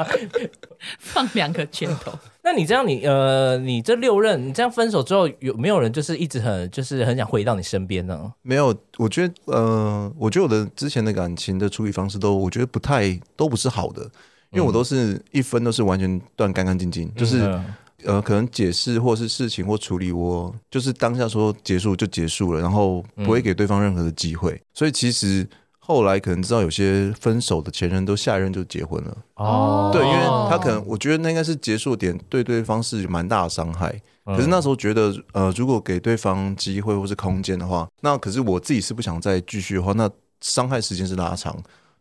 Speaker 2: 放两个拳头，
Speaker 3: 那你这样你，呃，你这六任，你这样分手之后，有没有人就是一直很就是很想回到你身边呢？
Speaker 4: 没有，我觉得，呃，我觉得我的之前的感情的处理方式都，我觉得不太，都不是好的，因为我都是一分都是完全断干干净净，就是、
Speaker 3: 嗯
Speaker 4: 呃，可能解释或是事情或处理我，就是当下说结束就结束了，然后不
Speaker 3: 嗯
Speaker 4: 会给对方任何的机会，所以其实后来可能知道有些分手的前任都下一任就结婚了，
Speaker 3: 哦，
Speaker 4: 对，因为他可能我觉得那应该是结束点对对方是蛮大的伤害，
Speaker 2: 嗯
Speaker 4: 可是那时候觉得，呃，如果给对方机会或是空间的话，那可是我自己是不想再继续的话，那伤害时间是拉长。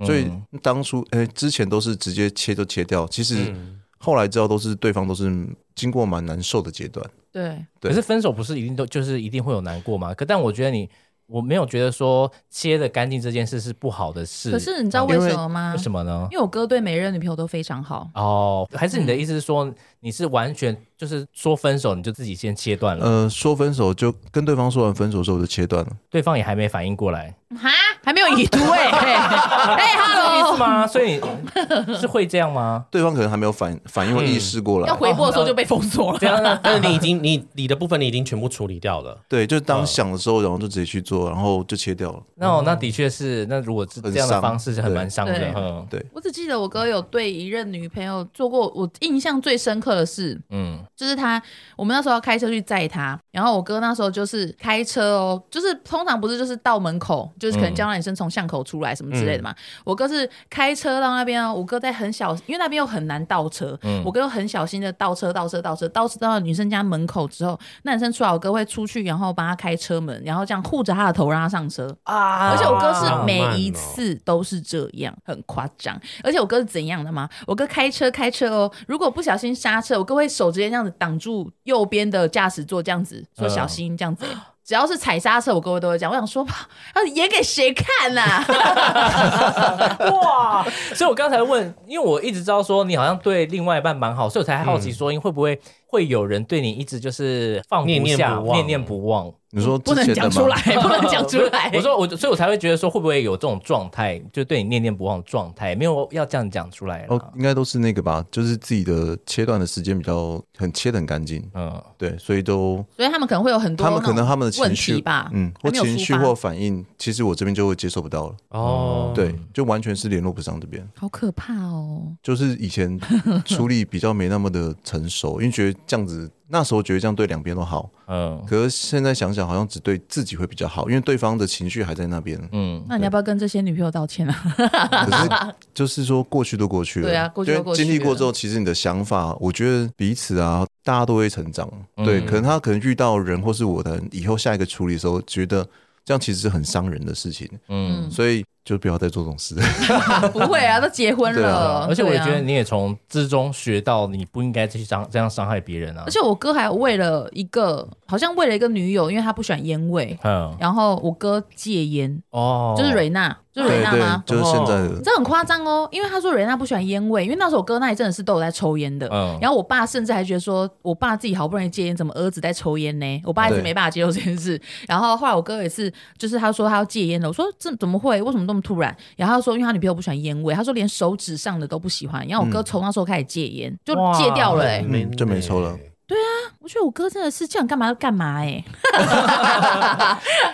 Speaker 4: 所以
Speaker 3: 嗯
Speaker 4: 当初，哎、之前都是直接切就切掉，其实
Speaker 1: 嗯
Speaker 4: 后来知道都是对方都是经过蛮难受的阶段。
Speaker 2: 对，
Speaker 4: 对
Speaker 3: 可是分手不是一定都就是一定会有难过吗？可但我觉得你，我没有觉得说切的干净这件事是不好的事。
Speaker 2: 可是你知啊道为什么吗？
Speaker 3: 为什么呢？
Speaker 2: 因为我哥对每任女朋友都非常好，
Speaker 3: 哦，还是你的意思是说你是完全就是说分手你就自己先切断了，
Speaker 2: 嗯
Speaker 4: 呃，说分手就跟对方说完分手之后我就切断了，
Speaker 3: 对方也还没反应过来，
Speaker 2: 哈，还没有已读哎、欸，哎
Speaker 3: 是这个意思
Speaker 2: ，hello，
Speaker 3: 吗？所以你是会这样吗？
Speaker 4: 对方可能还没有反反应或意识过来，
Speaker 2: 嗯要回拨的时候就被封锁了。
Speaker 3: 这样呢？
Speaker 1: 但是你已经你你的部分你已经全部处理掉了，
Speaker 4: 对，就
Speaker 2: 啊
Speaker 4: 当想的时候，然后就直接去做，然后就切掉了。
Speaker 3: 那哦我那的确是，那如果是这样的
Speaker 4: 很伤
Speaker 3: 方式是很蛮伤的
Speaker 2: 对。
Speaker 3: 嗯
Speaker 4: 对
Speaker 2: 我只记得我哥有对一任女朋友做过我印象最深刻的事，
Speaker 3: 嗯，
Speaker 2: 就是他，我们那时候要开车去载他，然后我哥那时候就是开车哦，就是通常不是就是到门口，就是可能叫那女生从巷口出来什么之类的嘛。我哥是开车到那边哦，我哥在很小，因为那边又很难倒车，我哥又很小心的倒车倒车倒车倒车到了女生家门口之后，那女生出来，我哥会出去，然后帮她开车门，然后这样护着她的头让她上车。
Speaker 3: 啊
Speaker 2: 而且我哥是
Speaker 1: 啊
Speaker 2: 每
Speaker 1: 浪漫
Speaker 2: 一
Speaker 1: 哦
Speaker 2: 次都是这样，很夸张。而且我哥是怎样的吗？我哥开车开车哦，如果不小心刹车，我哥会手直接这样子挡住右边的驾驶座，这样子说小心
Speaker 4: 嗯
Speaker 2: 这样子。只要是踩刹车，我哥都会这样。我想说 吧，要演给谁看啊呐、
Speaker 3: 哇！所以我刚才问，因为我一直知道说你好像对另外一半蛮好，所以我才好奇说，因为会不会会有人对你一直就是放不下、
Speaker 1: 念念不忘
Speaker 3: 念念不忘？。
Speaker 4: 你说
Speaker 2: 嗯不
Speaker 4: 之
Speaker 2: 能
Speaker 4: 前
Speaker 2: 讲
Speaker 4: 的
Speaker 2: 出
Speaker 4: 吗
Speaker 2: 来？，不能讲出来
Speaker 3: 我说我，所以我才会觉得说，会不会有这种状态，就对你念念不忘的状态？没有要这样讲出来
Speaker 2: 啊
Speaker 3: 了。
Speaker 4: 哦，应该都是那个吧，就是自己的切断的时间比较很切的很干净，
Speaker 3: 嗯，
Speaker 4: 对，所以都
Speaker 2: 所以他们可能会有很多
Speaker 4: 他们可能他们
Speaker 2: 那
Speaker 4: 的
Speaker 2: 种问
Speaker 4: 情
Speaker 2: 题
Speaker 4: 绪
Speaker 2: 吧，
Speaker 4: 嗯，
Speaker 2: 还
Speaker 4: 或
Speaker 2: 没有
Speaker 4: 情
Speaker 2: 抒
Speaker 4: 绪
Speaker 2: 发
Speaker 4: 或反应，其实我这边就会接受不到了，
Speaker 3: 嗯
Speaker 1: 哦，
Speaker 4: 对，就完全是联络不上这边。
Speaker 2: 好可怕哦。
Speaker 4: 就是以前处理比较没那么的成熟，因 为觉得这样子，那时候觉得这样对两边都好，
Speaker 3: 嗯
Speaker 4: 可是现在想想好像只对自己会比较好，因为对方的情绪还在那边。
Speaker 3: 嗯，
Speaker 2: 那你要不要跟这些女朋友道歉啊？
Speaker 4: 可是就是说过去都过去了，
Speaker 2: 对啊过去都过去了
Speaker 4: 因为经历过之后，其实你的想法，我觉得彼此啊，大家都会成长。
Speaker 3: 嗯
Speaker 4: 对，可能他可能遇到人或是我的以后下一个处理的时候，觉得这样其实是很伤人的事情，
Speaker 2: 嗯，
Speaker 4: 所以就不要再做这种事。
Speaker 2: 不会啊，都结婚
Speaker 4: 对
Speaker 2: 了
Speaker 4: 啊。
Speaker 3: 而且我也
Speaker 2: 对啊
Speaker 3: 觉得你也从之中学到，你不应该去伤这样伤害别人啊
Speaker 2: 而。且我哥还为了一个，好像为了一个女友，因为他不喜欢烟味，
Speaker 3: 嗯，
Speaker 2: 然后我哥戒烟，
Speaker 3: 哦，
Speaker 2: 就是蕊娜，就是蕊
Speaker 4: 对
Speaker 2: 娜
Speaker 4: 对
Speaker 2: 吗，？
Speaker 4: 就是现在的。
Speaker 2: 这很夸张哦，因为他说蕊娜不喜欢烟味，因为那时候我哥那一阵是都有在抽烟的。
Speaker 3: 嗯，
Speaker 2: 然后我爸甚至还觉得说，我爸自己好不容易戒烟，怎么儿子在抽烟呢？我爸一直
Speaker 4: 对
Speaker 2: 没办法接受这件事。然后后来我哥也是，就是他说他要戒烟了，我说这怎么会？为什么那么突然？然后他说因为他女朋友不喜欢烟味，他说连手指上的都不喜欢。然后我哥从那时候开始戒烟，就
Speaker 3: 哇
Speaker 2: 戒掉了、欸。
Speaker 4: 嗯就没抽了
Speaker 2: 我觉得我哥真的是叫你干嘛就干嘛哎、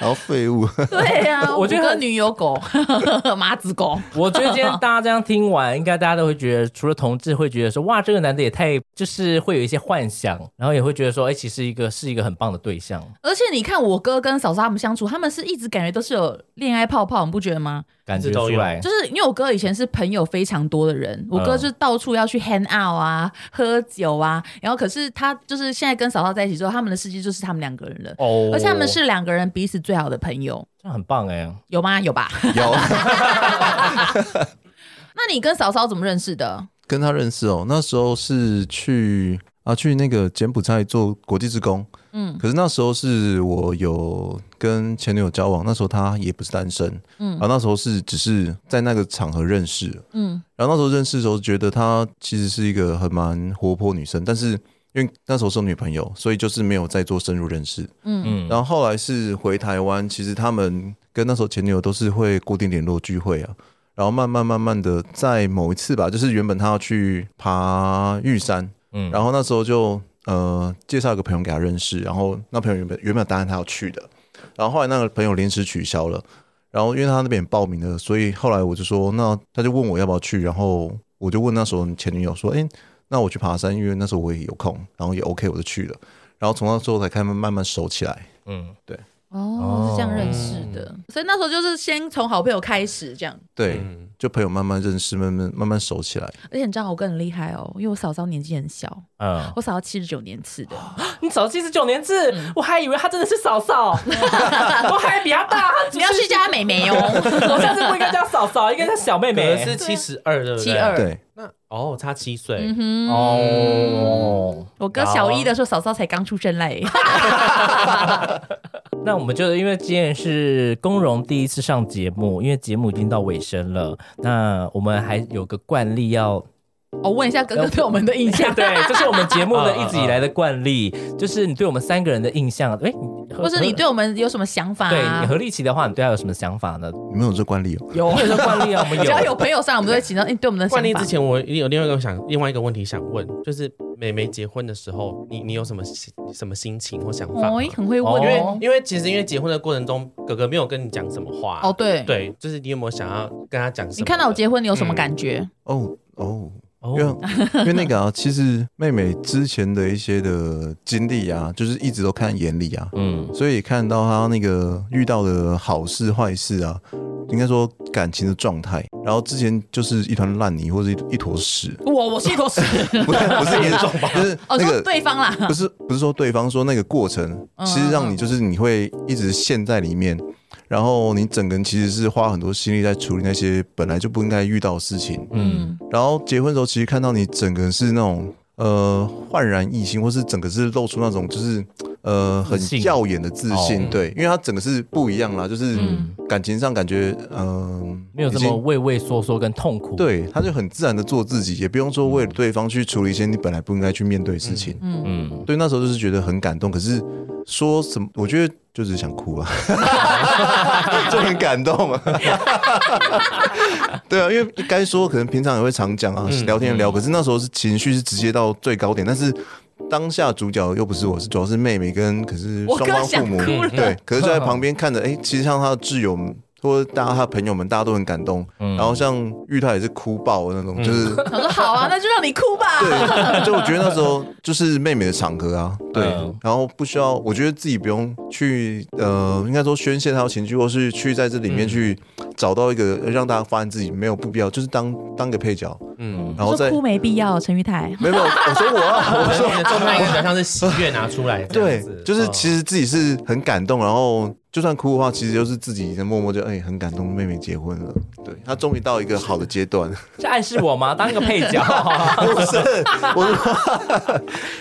Speaker 4: 然后废物，
Speaker 2: 对呀、
Speaker 3: 我觉 得
Speaker 2: 我哥女友狗、 麻子狗，
Speaker 3: 我觉得今天大家这样听完，应该大家都会觉得，除了同志会觉得说，哇，这个男的也太，就是会有一些幻想，然后也会觉得说，哎、其实一个是一个很棒的对象，
Speaker 2: 而且你看我哥跟嫂嫂他们相处，他们是一直感觉都是有恋爱泡泡，你不觉得吗？
Speaker 3: 感觉
Speaker 1: 一直
Speaker 3: 出
Speaker 1: 都有
Speaker 3: 来
Speaker 2: 就。是因为我哥以前是朋友非常多的人，我哥就是到处要去 hang out 啊、喝酒啊，然后可是他就是现在跟嫂嫂在一起之后，他们的世界就是他们两个人了，
Speaker 3: 哦
Speaker 2: 而且他们是两个人彼此最好的朋友，
Speaker 3: 这样很棒哎、
Speaker 2: 有吗？有吧？
Speaker 4: 有
Speaker 2: 那你跟嫂嫂怎么认识的？
Speaker 4: 跟他认识哦，那时候是去啊去那个柬埔寨做国际职工，
Speaker 2: 嗯
Speaker 4: 可是那时候是我有跟前女友交往，那时候她也不是单身，嗯，然后那时候是只是在那个场合认识，
Speaker 2: 嗯，
Speaker 4: 然后那时候认识的时候觉得她其实是一个很蛮活泼女生，但是。因为那时候是我女朋友，所以就是没有再做深入认识。
Speaker 3: 嗯，
Speaker 4: 然后后来是回台湾，其实他们跟那时候前女友都是会固定联络聚会啊。然后慢慢慢慢的，在某一次吧，就是原本他要去爬玉山，
Speaker 3: 嗯
Speaker 4: 然后那时候就呃介绍一个朋友给他认识，然后那朋友原本原本有答应他要去的，然后后来那个朋友临时取消了，然后因为他那边也报名了，所以后来我就说，那他就问我要不要去，然后我就问那时候前女友说，哎、那我去爬山，因为那时候我也有空，然后也 OK，我就去了，然后从那时候才开始慢慢熟起来。
Speaker 3: 嗯，
Speaker 2: 哦，是这样认识的，所以那时候就是先从好朋友开始这样。
Speaker 4: 对，就朋友慢慢认识，慢慢慢慢熟起来。
Speaker 2: 而且你知道我哥很厉害哦，因为我嫂嫂年纪很小，
Speaker 3: 嗯，
Speaker 2: 我嫂嫂七十九年次的，
Speaker 3: 你早七十九年制，我还以为他真的是嫂 嫂，我还比他大，他只
Speaker 2: 你要去叫她妹妹 哦，
Speaker 3: 我下次不应该叫嫂嫂，应该叫小妹
Speaker 1: 可
Speaker 3: 妹。
Speaker 1: 是七十二，对不对？
Speaker 2: 七二。嗯
Speaker 4: 对，
Speaker 1: 那哦，差七岁，
Speaker 3: 嗯哦，
Speaker 2: 我哥小一的时候，嫂嫂才刚出生嘞。
Speaker 3: 那我们就因为今天是公荣第一次上节目，因为节目已经到尾声了，那我们还有个惯例要，
Speaker 2: 我问一下哥哥对我们的印象
Speaker 3: 对，这是我们节目的
Speaker 1: 嗯嗯
Speaker 3: 一直以来的惯例，就是你对我们三个人的印象，哎、你
Speaker 2: 或是你对我们有什么想法
Speaker 3: 对你
Speaker 2: 啊？
Speaker 3: 何立奇的话，你对他有什么想法呢？
Speaker 4: 你们有这惯例哦？
Speaker 3: 有，有这惯例啊，我们
Speaker 2: 只要有
Speaker 3: 有。
Speaker 2: 朋友上来，我们都会请到哎你对我们的 想
Speaker 1: 惯例
Speaker 2: 法
Speaker 1: 之。前，我有另外一个想另外一个问题想问，就是美眉结婚的时候，你你有什么心什么心情或想法吗？
Speaker 2: 哦，很会
Speaker 3: 哦
Speaker 1: 因
Speaker 2: 问
Speaker 1: 为
Speaker 2: 哦。
Speaker 1: 因为其实因为结婚的过程中，哥哥没有跟你讲什么话。
Speaker 2: 哦，对，
Speaker 1: 对，就是你有没有想要跟他讲什么？
Speaker 4: 嗯
Speaker 2: 你看到我结婚，你有什么感觉？
Speaker 4: 哦哦，因为因为那个啊，其实妹妹之前的一些的经历啊，就是一直都看在眼里啊，
Speaker 3: 嗯，
Speaker 4: 所以看到她那个遇到的好事坏事啊，应该说感情的状态，然后之前就是一团烂泥或者一一坨屎，
Speaker 2: 我我是一坨屎，
Speaker 4: 不是不是严重吧，就是
Speaker 2: 哦，
Speaker 4: 那
Speaker 2: 说
Speaker 4: 个
Speaker 2: 对方啦，
Speaker 4: 不是不是说对方说那个过程，
Speaker 2: 嗯
Speaker 4: 其实让你就是你会一直陷在里面，然后你整个人其实是花很多心力在处理那些本来就不应该遇到的事情。
Speaker 2: 嗯，
Speaker 4: 然后结婚的时候，其实看到你整个人是那种呃焕然一新，或是整个是露出那种就是呃很
Speaker 3: 自信
Speaker 4: 耀眼的自信，
Speaker 3: 哦嗯
Speaker 4: 对，因为他整个是不一样啦，就是感情上感觉嗯、
Speaker 3: 没有这
Speaker 4: 已经
Speaker 3: 么畏畏缩缩跟痛苦。，
Speaker 4: 对，他就很自然的做自己，也不用说为了对方去处理一些你本来不应该去面对的事情。
Speaker 3: 嗯，
Speaker 4: 对，那时候就是觉得很感动，可是说什么，我觉得就只是想哭啊， 就很感动啊。 对啊，因为该说可能平常也会常讲啊，
Speaker 2: 嗯
Speaker 4: 聊天聊，可是那时候是情绪是直接到最高点，但是。当下主角又不是我，是主要是妹妹跟可是
Speaker 2: 我
Speaker 4: 双
Speaker 2: 更
Speaker 4: 方
Speaker 2: 想
Speaker 4: 父母
Speaker 2: 哭了
Speaker 4: 对，可是就在旁边看着，哎、其实像他的挚友们或者大家他的朋友们，大家都很感动，
Speaker 2: 嗯
Speaker 4: 然后像玉泰也是哭爆的那种，就是
Speaker 2: 我说好啊，那就让你哭吧。
Speaker 4: 对，就我觉得那时候就是妹妹的场合啊，对
Speaker 3: 嗯，
Speaker 4: 然后不需要，我觉得自己不用去呃，应该说宣泄她的情绪，或是去在这里
Speaker 1: 嗯
Speaker 4: 面去找到一个呃让大家发现自己没有不必要，就是当当个配角，
Speaker 1: 嗯，
Speaker 4: 然后再
Speaker 2: 说哭没必要，陈玉台。
Speaker 4: 没有，没有我说我啊，我
Speaker 1: 我
Speaker 4: 说
Speaker 1: 说你的状态有点像是喜悦拿出来 这样
Speaker 4: 对
Speaker 1: 子，，
Speaker 4: 就是
Speaker 1: 嗯
Speaker 4: 其实自己是很感动，然后。就算哭的话，其实就是自己在默默就哎、很感动，妹妹结婚了，对她终于到一个好的阶段。
Speaker 3: 这暗示我吗？当一个配角，
Speaker 4: 不是，我说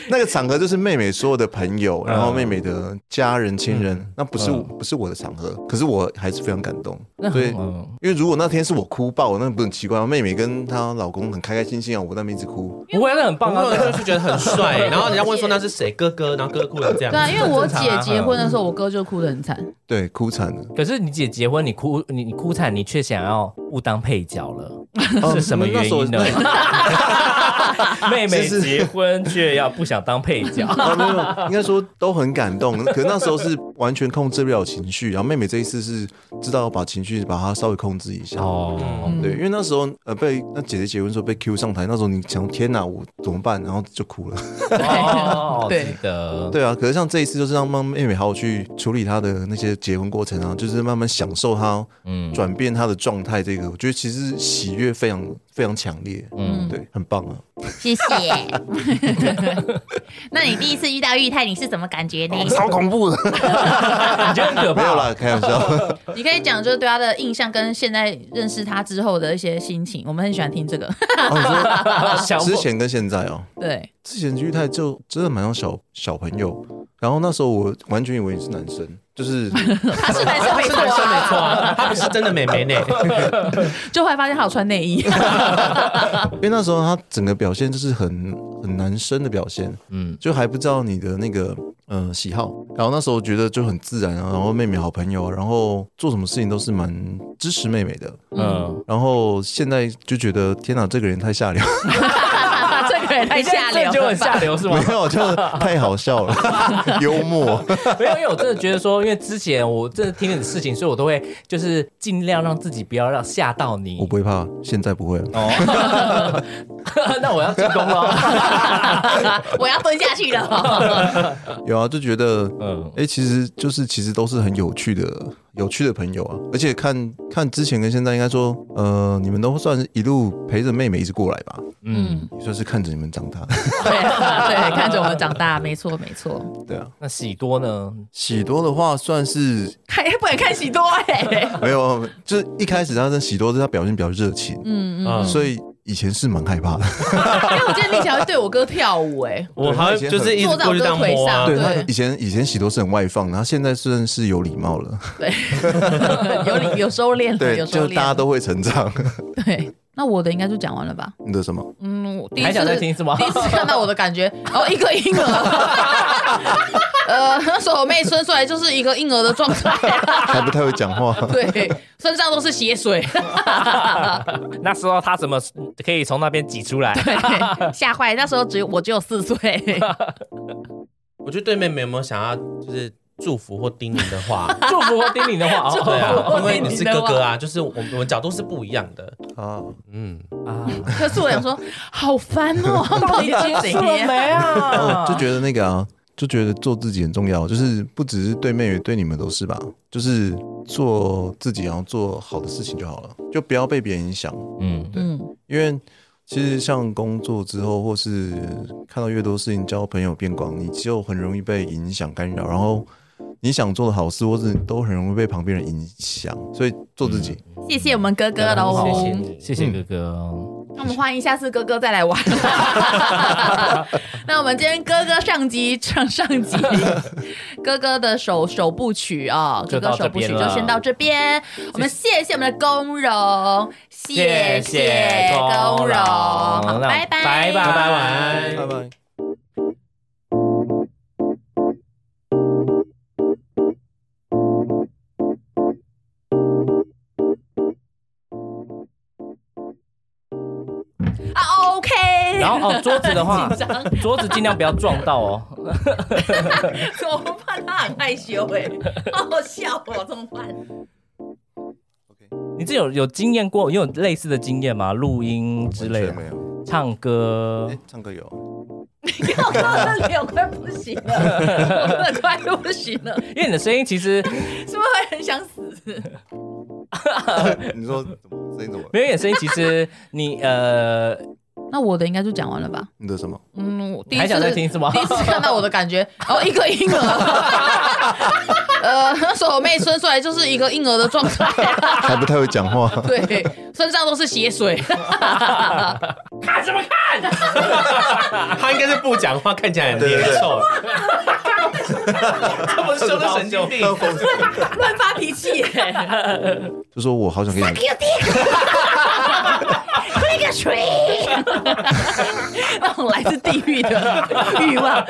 Speaker 4: 那个场合就是妹妹所有的朋友，然后妹妹的家人、亲人，
Speaker 3: 嗯
Speaker 4: 那不是我不是我的场合，可是我还是非常感动，所以。
Speaker 3: 嗯，
Speaker 4: 因为如果那天是我哭爆，那不是很奇怪吗？妹妹跟她老公很开开心心啊，我在那边一直哭。
Speaker 3: 不会，那很棒
Speaker 1: 我
Speaker 3: 啊。
Speaker 1: 有就是觉得很 帅，然后人家问说那是谁哥哥，然后哥哥哭了这样
Speaker 2: 对
Speaker 1: 子。
Speaker 2: 啊，因为我
Speaker 1: 很正常
Speaker 2: 姐
Speaker 1: 啊
Speaker 2: 结婚的时候，我哥就哭得很惨。
Speaker 4: 对，哭惨了。
Speaker 3: 可是你姐结婚，你哭，你你哭惨，你却想要不当配角了，
Speaker 4: 哦
Speaker 3: 是什么原 因呢
Speaker 4: 那时候？
Speaker 3: 妹妹
Speaker 4: 是是
Speaker 3: 结婚却要不想当配 角，
Speaker 4: 啊，没有没有，应该说都很感动。可那时候是完全控制不了情绪，然后妹妹这一次是知道把情绪把它稍微控制一下。
Speaker 3: 哦，
Speaker 4: 对，因为那时候呃被那姐姐结婚的时候被 Q 上台，那时候你想天哪，我怎么办？然后就哭了。
Speaker 3: 哦，
Speaker 2: 对
Speaker 3: 记得，
Speaker 4: 对啊，可是像这一次就是让妈妹妹好好去处理她的那些结婚过程啊，就是慢慢享受她
Speaker 3: 嗯
Speaker 4: 转变她的状态，这个我觉得其实喜悦非常非常强烈。
Speaker 3: 嗯，
Speaker 4: 对，很棒 啊！
Speaker 6: 谢谢。 那你第一次遇到玉泰，你是什么感觉呢？
Speaker 4: 恐怖的，
Speaker 3: 你觉得很可
Speaker 4: 没
Speaker 3: 怕？
Speaker 4: 有啦，开玩笑。 哦
Speaker 2: 你可以讲就是对他的印象跟现在认识他之后的一些心情，我们很喜欢听这个。
Speaker 3: 小
Speaker 4: 之前跟现在哦、
Speaker 2: 对，
Speaker 4: 之前玉泰就真的蛮像小小朋友，然后那时候我完全以为你是男生，就是
Speaker 2: 他是男生
Speaker 1: 他
Speaker 2: 没
Speaker 1: 是
Speaker 2: 错
Speaker 1: 男生没错
Speaker 2: 啊，
Speaker 1: 啊，他不是真的美 眉呢。
Speaker 2: 就后来发现他有穿内 衣。
Speaker 4: 因为那时候他整个表现就是很很男生的表现，
Speaker 3: 嗯，
Speaker 4: 就还不知道你的那个呃喜好。然后那时候觉得就很自然啊，然后妹妹好朋友啊，然后做什么事情都是蛮支持妹妹的。
Speaker 3: 嗯，
Speaker 4: 然后现在就觉得天哪，这个人太下流，
Speaker 2: 这个人太下流
Speaker 3: 这就很下
Speaker 2: 了吧。
Speaker 3: 流是吗
Speaker 4: 没？有，就是太好笑了，幽默。
Speaker 3: 没有，因为我真的觉得说，因为之前我真的听了你的事情，所以我都会就是尽量让自己不要让吓到你。
Speaker 4: 我不会怕，现在不会啊
Speaker 3: 哦
Speaker 4: 了。
Speaker 3: 那我要进攻 了。
Speaker 6: 我要蹲下去 了。
Speaker 4: 有啊，就觉得
Speaker 3: 嗯
Speaker 4: 哎、其实就是其实都是很有趣的、有趣的朋友啊。而且看看之前跟现在，应该说，呃，你们都算是一路陪着妹妹一直过来吧，
Speaker 3: 嗯，
Speaker 4: 也算是看着你们长大。
Speaker 2: 对对，看着我们长大，没错没错。
Speaker 4: 对啊，
Speaker 3: 那喜多呢？
Speaker 4: 喜多的话算是
Speaker 2: 看不敢看喜多哎，
Speaker 4: 没有，就是一开始他跟喜多是他表现比较热情，
Speaker 2: 嗯嗯，
Speaker 1: 嗯
Speaker 4: 所以以前是蛮害怕的。
Speaker 2: 因为我记得你以前会对我哥跳舞 哎，
Speaker 1: 我好像就是一直
Speaker 2: 坐在
Speaker 1: 过
Speaker 2: 我
Speaker 1: 去
Speaker 2: 哥
Speaker 1: 当
Speaker 2: 腿
Speaker 1: 摸啊
Speaker 2: 上，
Speaker 4: 对他
Speaker 2: 对
Speaker 4: 以前以前喜多是很外放，然后现在算是有礼貌了。
Speaker 2: 对，有理有收敛了，
Speaker 4: 对
Speaker 2: 有，
Speaker 4: 就
Speaker 2: 收
Speaker 4: 大家
Speaker 2: 敛。
Speaker 4: 都会成长。
Speaker 2: 对，那我的应该就讲完了吧？
Speaker 4: 你的什么？
Speaker 2: 嗯，我第
Speaker 3: 你
Speaker 2: 一
Speaker 3: 还想
Speaker 2: 次
Speaker 3: 再听是吗
Speaker 2: 第？一次看到我的感觉，哦，一个婴儿。呃，那时候我妹生出来就是一个婴儿的状态、
Speaker 4: 还不太会讲话。
Speaker 2: 对，身上都是血 水，
Speaker 3: 那时候他怎么可以从那边挤出来？
Speaker 2: 对，吓坏。那时候只有我只有四岁，
Speaker 1: 我觉得对妹妹有没有想要就是祝福或叮咛的 话。
Speaker 3: 祝福我叮咛的话，哦
Speaker 1: 对啊，
Speaker 2: 哦或
Speaker 1: 因为
Speaker 2: 叮咛
Speaker 1: 你是
Speaker 2: 的
Speaker 1: 哥哥
Speaker 2: 话
Speaker 1: 啊，就是我们我们角度是不一样的。
Speaker 4: 啊，
Speaker 1: 嗯，
Speaker 3: 啊，
Speaker 2: 可是我想说，好烦哦，到底是
Speaker 3: 是了没啊？
Speaker 4: 就觉得那个啊，就觉得做自己很重要，就是不只是对妹妹，对你们都是吧，就是做自己，然后做好的事情就好了，就不要被别人影响，
Speaker 3: 嗯，
Speaker 2: 嗯，
Speaker 4: 因为。其实像工作之后，或是看到越多事情，交朋友变广，你就很容易被影响干扰，然后你想做的好事，或是都很容易被旁边人影响，所以做自己。
Speaker 2: 嗯
Speaker 6: 谢谢我们哥哥
Speaker 1: 嗯
Speaker 6: 喽，
Speaker 3: 谢谢你，谢谢哥哥哦。
Speaker 6: 那我们欢迎下次哥哥再来玩。那我们今天哥哥上集上上集，哥哥的首首部曲啊、哥
Speaker 3: 就到
Speaker 6: 哥
Speaker 3: 这
Speaker 6: 首部曲
Speaker 3: 边
Speaker 6: 就先到这边。我们谢谢我们的工荣，谢
Speaker 3: 谢
Speaker 6: 工荣，
Speaker 3: 工荣
Speaker 6: 好，
Speaker 3: 那
Speaker 6: 拜拜，
Speaker 3: 拜拜
Speaker 1: 拜拜晚安。
Speaker 4: 拜拜。
Speaker 6: 啊，OK。
Speaker 3: 然后哦，桌子 的话
Speaker 6: 紧，张，
Speaker 3: 桌子尽量不要撞到哦。
Speaker 6: 我怕他很害羞哎、好好笑哦，怎么办？
Speaker 3: 你这有有经验过，你有类似的经验吗？录音之类
Speaker 4: 完全
Speaker 3: 的，
Speaker 4: 没有，
Speaker 3: 唱歌
Speaker 4: 哎，唱歌有，
Speaker 6: 你看我看到脸，我快不行了，我真的快不行了，
Speaker 3: 因为你的声音其实
Speaker 6: 是不是会很想死？
Speaker 4: 哦 你说怎么声音怎么？
Speaker 3: 没有，你的声音其实你呃
Speaker 2: 那我的应该就讲完了吧？
Speaker 4: 你的什么？
Speaker 2: 嗯，我第一
Speaker 3: 还
Speaker 2: 次
Speaker 3: 想再听是吗
Speaker 2: 第一次看到我的感觉，然后一个婴儿， 呃，那时候我妹生出来就是一个婴儿的状态、
Speaker 4: 还不太会讲话。
Speaker 2: 对，身上都是血 水。哦
Speaker 1: 他应该是不讲话，看起来很
Speaker 4: 对
Speaker 1: 脸
Speaker 4: 对对
Speaker 1: 臭， 这么凶的神经 病。
Speaker 6: 乱发脾气、 欸，
Speaker 4: 就说我好想跟你，
Speaker 2: 那种来自地狱的欲望。